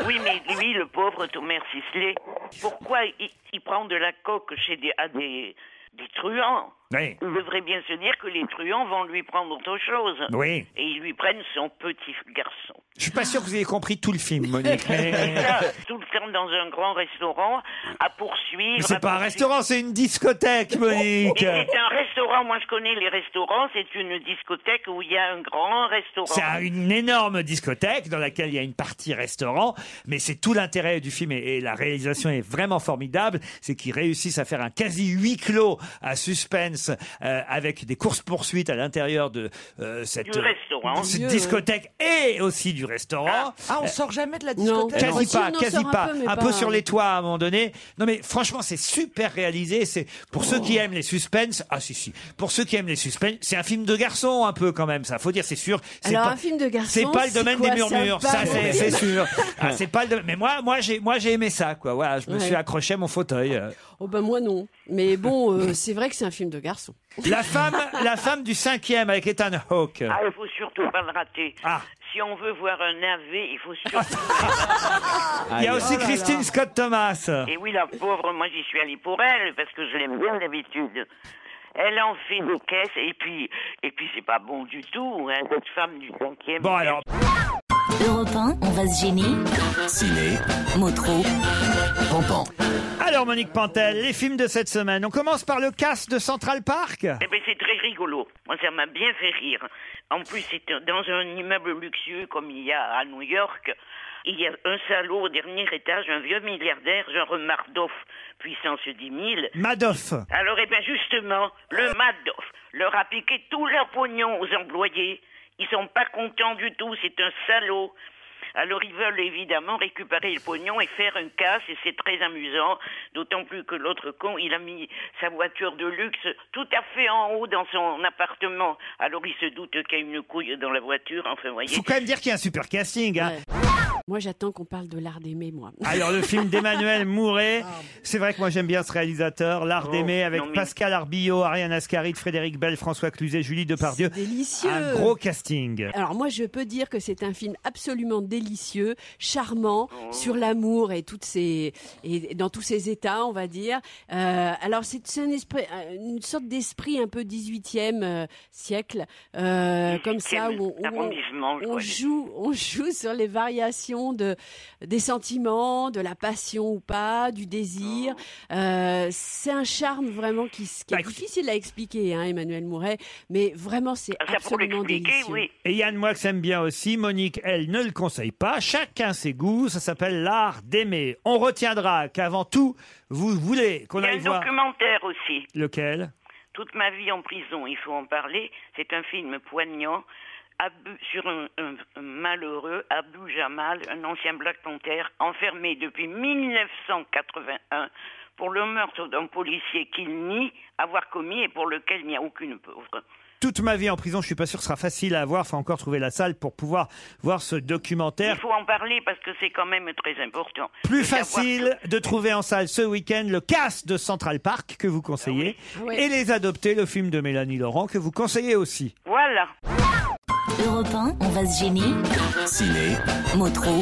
Oui, mais lui, le pauvre Thomas Sisley, pourquoi il, il prend de la coque chez des, à des, des truands
Oui.
Il devrait bien se dire que les truands vont lui prendre autre chose.
Oui.
Et ils lui prennent son petit
*laughs*
garçon.
Je suis pas sûr que vous ayez compris tout le film, Monique. Mais,
Et *laughs* là, tout le temps dans un grand restaurant, à poursuivre.
Mais c'est
à
pas un
poursuivre.
restaurant, euh- c'est une discothèque, Monique.
Et c'est un restaurant, moi je connais les restaurants, c'est une discothèque où il y a un grand restaurant.
C'est un- une énorme discothèque dans laquelle il y a une partie restaurant, mais c'est tout l'intérêt du film et, et la réalisation est vraiment formidable, c'est qu'ils réussissent à faire un quasi huis clos à suspense euh, avec des courses poursuites à l'intérieur de euh, cette,
Du restaurant.
cette
Mieux,
discothèque et aussi du restaurant.
Ah, on
Euh,
sort jamais de la discothèque
Quasi pas, quasi pas. Un peu,
euh,
sur les
toits.
toits à un moment donné. Non mais franchement, c'est super réalisé. C'est pour ceux qui aiment les suspens. Ah si si. Pour ceux qui aiment les suspens, c'est un film de garçon un peu quand même. Ça, faut dire, c'est sûr. C'est
Alors,
pas-
un film de garçon,
C'est pas le
c'est
domaine
quoi,
des
ça
murmures.
va,
Ça,
mon
c'est
Dieu.
c'est sûr. Ah, c'est pas le. domaine- Mais moi, moi j'ai, moi j'ai aimé ça quoi. Voilà, je me
Ouais.
suis accroché à mon fauteuil. euh.
Oh ben moi non. Mais bon, euh, c'est vrai que c'est un film de garçon.
La femme, la femme du cinquième avec Ethan Hawke.
Ah, il faut surtout pas le rater.
Ah.
Si on veut voir un navet, il faut
*laughs*
surtout.
Il y a aussi
Oh là
Christine
là.
Scott Thomas.
Et oui, la pauvre, moi j'y suis allée pour elle, parce que je l'aime bien d'habitude. Elle en fait des caisses, et puis, et puis c'est pas bon du tout, hein, cette femme du cinquième.
Bon alors.
Europe 1, on va se gêner.
Ciné,
Mot trop.
Pampan.
Alors Monique Pantel, les films de cette semaine. On commence par le casse de Central Park.
Eh ben, c'est très rigolo. Moi, ça m'a bien fait rire. En plus, c'est dans un immeuble luxueux comme il y a à New York. Il y a un salaud au dernier étage, un vieux milliardaire, genre Mardoff, puissance 10 000.
Madoff.
Alors, eh bien, justement, le Madoff leur a piqué tout leur pognon aux employés. Ils sont pas contents du tout, c'est un salaud. Alors, ils veulent évidemment récupérer le pognon et faire un casse, et c'est très amusant, d'autant plus que l'autre con, il a mis sa voiture de luxe tout à fait en haut dans son appartement. Alors, il se doute qu'il y a une couille dans la voiture, enfin, voyez.
Faut quand même dire qu'il y a un super casting. hein.
Moi j'attends qu'on parle de l'art d'aimer moi.
Alors le film
*laughs*
d'Emmanuel Mouret,
Ah.
c'est vrai que moi j'aime bien ce réalisateur, l'art d'aimer avec Pascal Arbillot, Ariane Ascaride, Frédéric Bell, François Cluzet, Julie Depardieu.
C'est délicieux.
Un gros casting.
Alors moi, je peux dire que c'est un film absolument délicieux, charmant,
Oh.
sur l'amour et toutes ses et dans tous ses états, on va dire. Euh, alors c'est c'est un esprit, euh, une sorte d'esprit un peu 18e euh, siècle, euh, comme ça où, on- où on-
arrondissement, je
on
crois.
joue, on joue sur les variations de des sentiments, de la passion ou pas, du désir.
Oh.
Euh, c'est un charme vraiment qui, s- qui
Bah,
est difficile à expliquer, hein, Emmanuel Mouret, mais vraiment c'est
Ah,
absolument délicieux.
Et Yann Moix aime bien aussi, Monique, elle ne le conseille pas, chacun ses goûts, ça s'appelle l'art d'aimer. On retiendra qu'avant tout, vous voulez qu'on
Il y a un
aille voir
documentaire aussi.
lequel
Toute ma vie en prison, il faut en parler. C'est un film poignant Abu- sur un, un- un malheureux, Abu Jamal, un ancien Black Panther, enfermé depuis 1981 pour le meurtre d'un policier qu'il nie avoir commis et pour lequel il n'y a aucune pauvre.
Toute ma vie en prison, je suis pas sûr que ce sera facile à voir, faut encore trouver la salle pour pouvoir voir ce documentaire.
Il faut en parler parce que c'est quand même très important.
Plus
De savoir
facile de trouver en salle ce week-end le casse de Central Park que vous conseillez
Ah oui.
et les adopter, le film de Mélanie Laurent que vous conseillez aussi.
que- Voilà.
Europe 1, on va se gêner.
Ciné,
Mot trop.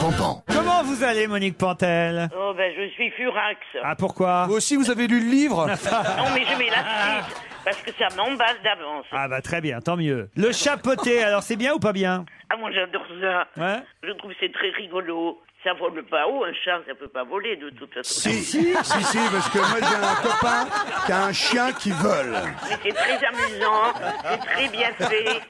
Pampan.
Comment vous allez, Monique Pantel
Oh ben je suis furax.
Ah pourquoi Vous aussi, vous avez lu le livre
Non mais je mets la suite parce que ça m'emballe d'avance.
Ah bah très bien, tant mieux. Le chapeauté, alors c'est bien ou pas bien
Ah, moi j'adore ça.
Ouais.
Je trouve que c'est très rigolo. Ça vole pas haut, un chat, ça peut pas voler de toute façon.
*laughs* Si, si, si, parce que moi j'ai un copain qui a un chien qui vole.
Mais c'est très amusant, c'est très bien fait,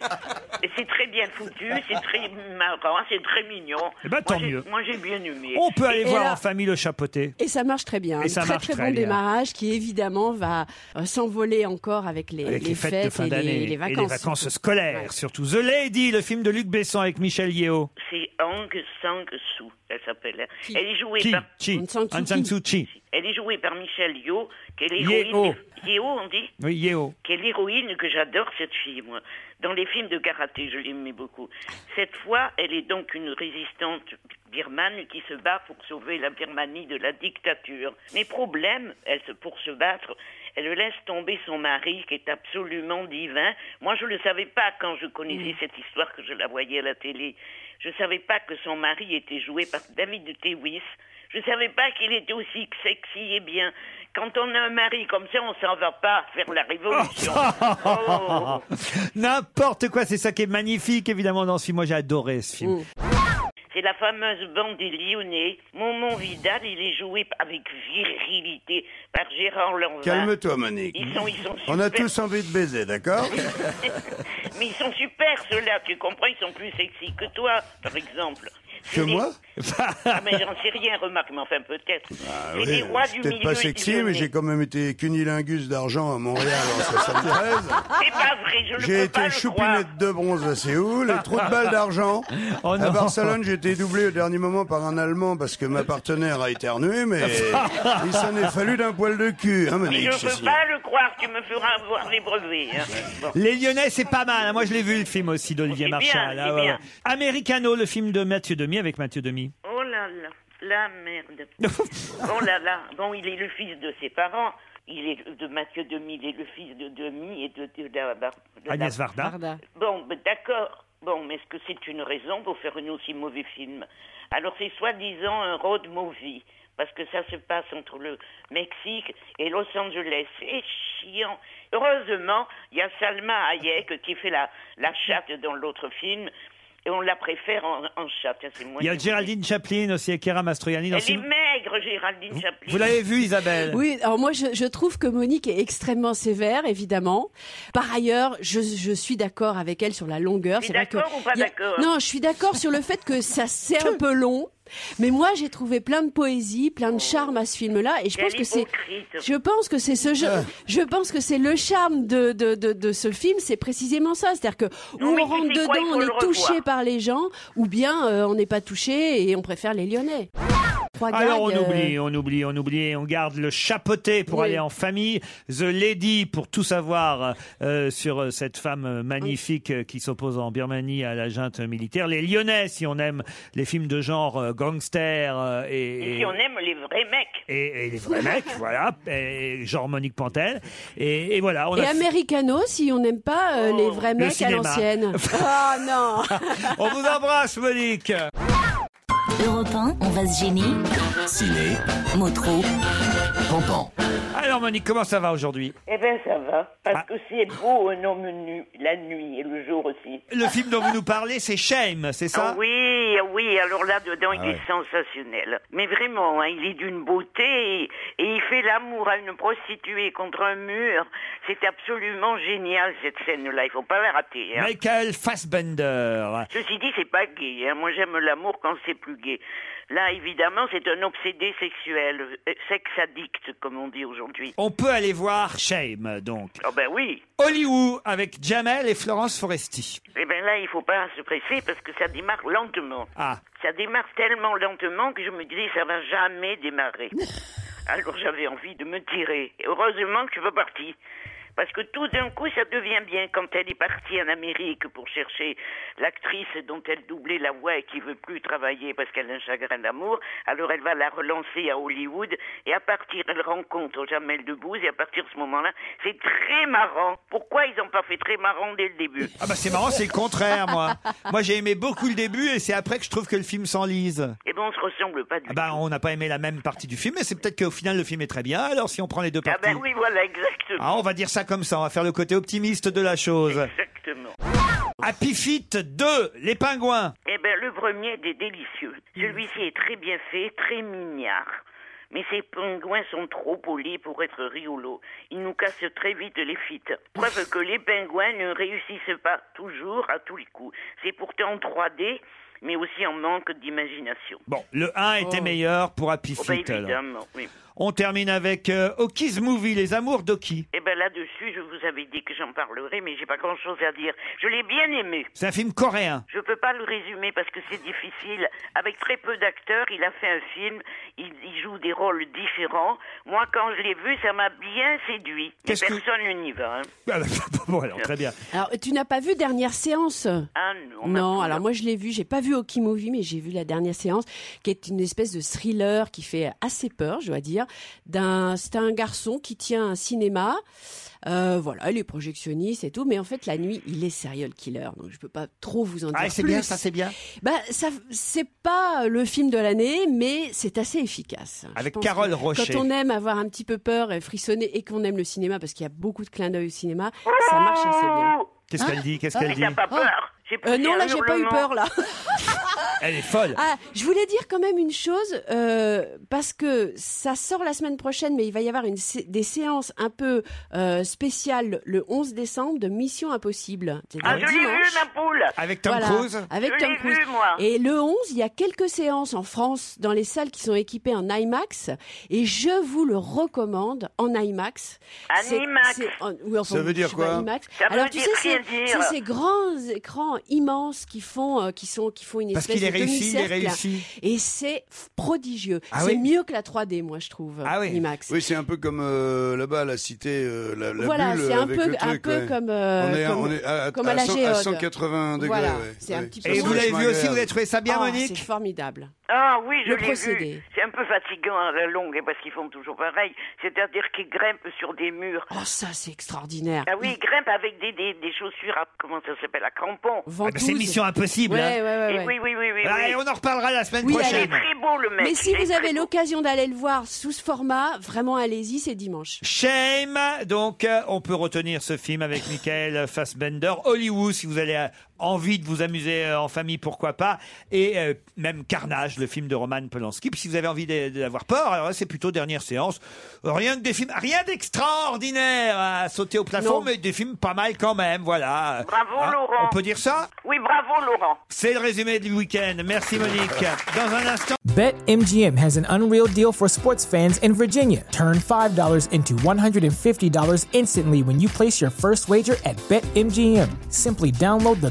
et c'est très bien foutu, c'est très marrant, c'est très mignon.
Eh ben,
Moi,
tant
j'ai-
mieux. Oh.
Moi, j'ai bien aimé.
On peut aller
Et
voir
là-
en famille le chapeauté.
Et ça marche très bien.
Et
Un
ça
très
marche
très
très
bon
bien.
démarrage qui évidemment va euh, s'envoler encore avec les,
Avec les, fêtes, de fin
et, les,
d'année
les
et
vacances.
les vacances scolaires, surtout. The Lady, le film de Luc Besson avec Michel Yeo.
C'est Hang Sang Soo, elle s'appelle. Elle est jouée
Qui
par.
Chi. Aung San Suu Kyi.
Elle est jouée par Michel Yeo, qui est
Yeo.
l'héroïne. Yeo, on dit
Oui, Yeo.
qui est l'héroïne que j'adore, cette fille, moi. Dans les films de karaté, je l'aimais beaucoup. Cette fois, elle est donc une résistante birmane qui se bat pour sauver la Birmanie de la dictature. Mais problème, elle se, pour se battre, elle laisse tomber son mari qui est absolument divin. Moi, je ne le savais pas quand je connaissais cette histoire que je la voyais à la télé. Je ne savais pas que son mari était joué par David Tewis. Je ne savais pas qu'il était aussi sexy et bien. Quand on a un mari comme ça, on s'en va pas faire la
*laughs*
révolution. Oh.
N'importe quoi, c'est ça qui est magnifique, évidemment, dans ce film. Moi, j'ai adoré ce film.
C'est la fameuse bande des Lyonnais. Momon Vidal, il est joué avec virilité par Gérard Lanvin.
Calme-toi, Monique.
Ils sont, ils sont
On a
super.
tous envie de baiser, d'accord
*laughs* Mais ils sont super, ceux-là, tu comprends Ils sont plus sexy que toi, par exemple.
Que moi
Ah, mais j'en sais rien, remarque, mais enfin, peut-être.
Ah
C'est
oui,
les rois du
je suis
milieu
peut-être pas
du
sexy,
Lyonnais.
mais j'ai quand même été cunilingus d'argent à Montréal
*laughs*
en 73.
C'est pas vrai, je le
J'ai
peux pas
été
le
choupinette de bronze à Séoul et trou de balle d'argent.
*laughs* Oh
à
non.
Barcelone, j'ai été doublé au dernier moment par un Allemand parce que ma partenaire a éternué,
*laughs*
mais il s'en est fallu d'un poil de cul. Hein,
Mais
Monique,
je
c'est
peux
signé.
pas le croire, tu me feras avoir les brevets. hein. Bon.
Les Lyonnais, c'est pas mal. hein. Moi, je l'ai vu, le film aussi d'Olivier
C'est bien,
Marchal.
c'est bien.
Americano, le film de Mathieu Demy avec Mathieu Demy.
Oh là là, la merde.
*laughs*
oh là là, bon, il est le fils de ses parents. Il est de Mathieu Demi, il est le fils de Demi et de, de la- de la-
Agnès Varda. Varda.
Bon, ben, d'accord. Bon, mais est-ce que c'est une raison pour faire une aussi mauvais film Alors, c'est soi-disant un road movie, parce que ça se passe entre le Mexique et Los Angeles. C'est chiant. Heureusement, il y a Salma Hayek qui fait la, la chatte dans l'autre film, et on la préfère en, en chatte. Ça, c'est moins
Il y a
évident.
Géraldine Chaplin aussi avec Chiara Mastroianni. Dans
Elle
ce
est
film.
maigre, Géraldine Chaplin.
Vous l'avez vu, Isabelle
Oui, alors moi je, je trouve que Monique est extrêmement sévère, évidemment. Par ailleurs, je, je suis d'accord avec elle sur la longueur.
T'es
C'est vrai que
d'accord ou pas
il y a-
d'accord
Non, je suis d'accord sur le fait que ça c'est un peu long. Mais moi, j'ai trouvé plein de poésie, plein de charme à ce film-là, et je
Quelle
pense que c'est,
hypocrite.
je pense que c'est ce, je,
Ah.
je pense que c'est le charme de, de, de, de ce film, c'est précisément ça, c'est-à-dire que
Non,
ou
mais
on
tu
rentre
sais
dedans,
quoi, il faut
on
le
est touché
revoir.
par les gens, ou bien euh, on n'est pas touché et on préfère les Lyonnais. Trois
Alors on
gags, euh,
oublie, on oublie, on oublie, et on garde le chapeauté pour
Oui.
aller en famille, The Lady pour tout savoir euh, sur euh, cette femme euh, magnifique euh, qui s'oppose en Birmanie à la junte militaire, les Lyonnais si on aime les films de genre euh, gangster euh,
Et
et,
si on aime les vrais mecs.
et- et les vrais mecs, voilà, et- genre Monique Pantel, et, et voilà. On
et
a- Oh,
Americano, si on n'aime pas euh, les vrais
Le
mecs à
cinéma. *laughs*
l'ancienne. oh non
on vous embrasse Monique.
Europe 1, on va se gêner.
Ciné,
Mot trop.
Pompon.
Alors Monique, comment ça va aujourd'hui
Eh ben ça va,
Ah.
parce que c'est beau un homme nu la nuit et le jour aussi.
Le film dont vous nous parlez, c'est Shame, c'est ça
Ah oui, ah oui, alors là-dedans,
Ah
il
ouais.
est sensationnel. Mais vraiment, hein, il est d'une beauté et, et il fait l'amour à une prostituée contre un mur. C'est absolument génial, cette scène-là. Il faut pas la rater. hein.
Michael Fassbender.
Ceci dit, c'est pas gay. hein. Moi, j'aime l'amour quand c'est plus gay. Là, évidemment, c'est un obsédé sexuel, euh, sex addict, comme on dit aujourd'hui.
On peut aller voir Shame, donc.
Ah ben oui.
Hollywood avec Jamel et Florence Foresti.
Eh bien là, il faut pas se presser parce que ça démarre lentement.
Ah.
Ça démarre tellement lentement que je me disais, ça va jamais démarrer. *laughs* Alors j'avais envie de me tirer. Et heureusement que je suis pas partie. Parce que tout d'un coup, ça devient bien quand elle est partie en Amérique pour chercher l'actrice dont elle doublait la voix et qui veut plus travailler parce qu'elle a un chagrin d'amour. Alors elle va la relancer à Hollywood et à partir, elle rencontre Jamel Debbouze et à partir de ce moment-là, c'est très marrant. Pourquoi ils n'ont pas fait très marrant dès le début
Ah bah c'est marrant, c'est le contraire, moi. Moi j'ai aimé beaucoup le début et c'est après que je trouve que le film s'enlise.
Eh ben, on se ressemble pas du
Ah bah on n'a pas aimé la même partie du film, mais c'est peut-être qu'au final le film est très bien. Alors si on prend les deux
Ah
parties.
ben oui, voilà, exactement.
Ah, on va dire ça comme ça, on va faire le côté optimiste de la chose.
Exactement.
Happy Feet 2, les pingouins.
Eh ben, le premier est délicieux. Celui-ci est très bien fait, très mignard. Mais ces pingouins sont trop polis pour être rigolos. Ils nous cassent très vite les fites. Preuve que les pingouins ne réussissent pas toujours à tous les coups. C'est pourtant en 3D, mais aussi en manque d'imagination.
Bon, le 1 était
Oh.
meilleur pour Happy
Oh, bah,
Feet, alors.
évidemment, oui.
On termine avec euh, Oki's Movie, les amours d'Oki.
Eh ben là-dessus, je vous avais dit que j'en parlerai, mais j'ai pas grand-chose à dire. Je l'ai bien aimé.
C'est un film *laughs* coréen.
Je peux pas le résumer parce que c'est difficile. Avec très peu d'acteurs, il a fait un film. Il, il joue des rôles différents. Moi, quand je l'ai vu, ça m'a bien séduit. Mais
Qu'est-ce que-
personne n'y va. hein.
Ah, bon, alors, très bien.
Alors, tu n'as pas vu dernière séance
Ah non.
Non, alors moi je l'ai vu, j'ai pas vu Hockey Movie, mais j'ai vu la dernière séance, qui est une espèce de thriller qui fait assez peur, je dois dire. D'un, c'est un garçon qui tient un cinéma. Euh, voilà, il est projectionniste et tout, mais en fait la nuit il est serial killer, donc je peux pas trop vous en dire
Ah, c'est
plus.
bien, ça, c'est bien.
Bah ça, c'est pas le film de l'année, mais c'est assez efficace. Je
Avec
pense
Carole
que
Rocher.
Quand on aime avoir un petit peu peur et frissonner et qu'on aime le cinéma, parce qu'il y a beaucoup de clins d'œil au cinéma, ça marche assez bien.
Qu'est-ce
Ah.
qu'elle dit Qu'est-ce qu'elle dit
Euh, non, là, j'ai pas eu peur, là. *laughs*
Elle est folle.
Ah, je voulais dire quand même une chose, euh, parce que ça sort la semaine prochaine, mais il va y avoir une, sé- des séances un peu euh, spéciales le 11 décembre de Mission Impossible. C'est
Ah,
le
je l'ai vu,
dimanche.
ma poule
Avec
Voilà, Ah, Avec
je
Tom
l'ai
Cruise.
vu, moi.
Et le 11, il y a quelques séances en France dans les salles qui sont équipées en IMAX. Et je vous le recommande en IMAX.
En
C'est-
IMAX.
c'est en- oui, enfin,
Ça veut
je
dire
sais
quoi
pas, IMAX.
Ça veut
Alors tu
dire
sais, c'est
rien dire.
c'est ces grands écrans immenses qui font, euh, qui sont, qui font une
Parce
espèce
qu'il
de
est réussi, il est
demi-cercle.
réussi.
Et c'est f- prodigieux.
Ah
c'est
oui
mieux que la 3D, moi je trouve.
Ah
IMAX.
Oui, c'est un peu comme euh, là-bas, la cité, euh, la, la
Voilà,
bulle
c'est
euh,
un
avec
peu-
le
un
truc,
peu
ouais.
comme, euh,
on est, à-
comme-
on est à, à-
comme à la
cent-
Géode.
180 degrés.
Voilà,
ouais.
c'est un
Ouais.
petit peu
Et vous l'avez vu aussi, vous avez
êtes
trouvé ça bien,
Ah,
Monique
C'est formidable.
Ah oui, je
Le
l'ai
procédé.
vu. C'est un peu fatigant à la longue hein, parce qu'ils font toujours pareil. C'est-à-dire qu'ils grimpent sur des murs.
Oh, ça, c'est extraordinaire.
Ah oui, ils grimpent avec des, des, des chaussures à, comment ça s'appelle, à crampons.
Ah bah, c'est Mission Impossible. hein.
Et Oui, oui, oui. oui,
Ah,
oui.
et on en reparlera la semaine
Oui,
prochaine.
allez.
Très beau, le mec.
Mais si
Il est
vous
très
avez
beau.
l'occasion d'aller le voir sous ce format, vraiment allez-y, c'est dimanche.
Shame, donc euh, on peut retenir ce film avec Michael Fassbender, Hollywood si vous avez euh, envie de vous amuser euh, en famille, pourquoi pas, et euh, même Carnage, le film de Roman Polanski. Puis si vous avez envie de- de- d'avoir peur, alors là, c'est plutôt dernière séance. Rien que des films, rien d'extraordinaire à sauter au plafond, mais des films pas mal quand même, voilà.
Bravo,
Hein,
Laurent.
On peut dire ça
Oui, bravo, Laurent.
C'est le résumé du week-end. Merci Monique. Dans un instant.
BetMGM has an unreal deal for sports fans in Virginia. Turn $5 into $150 instantly when you place your first wager at BetMGM. Simply download the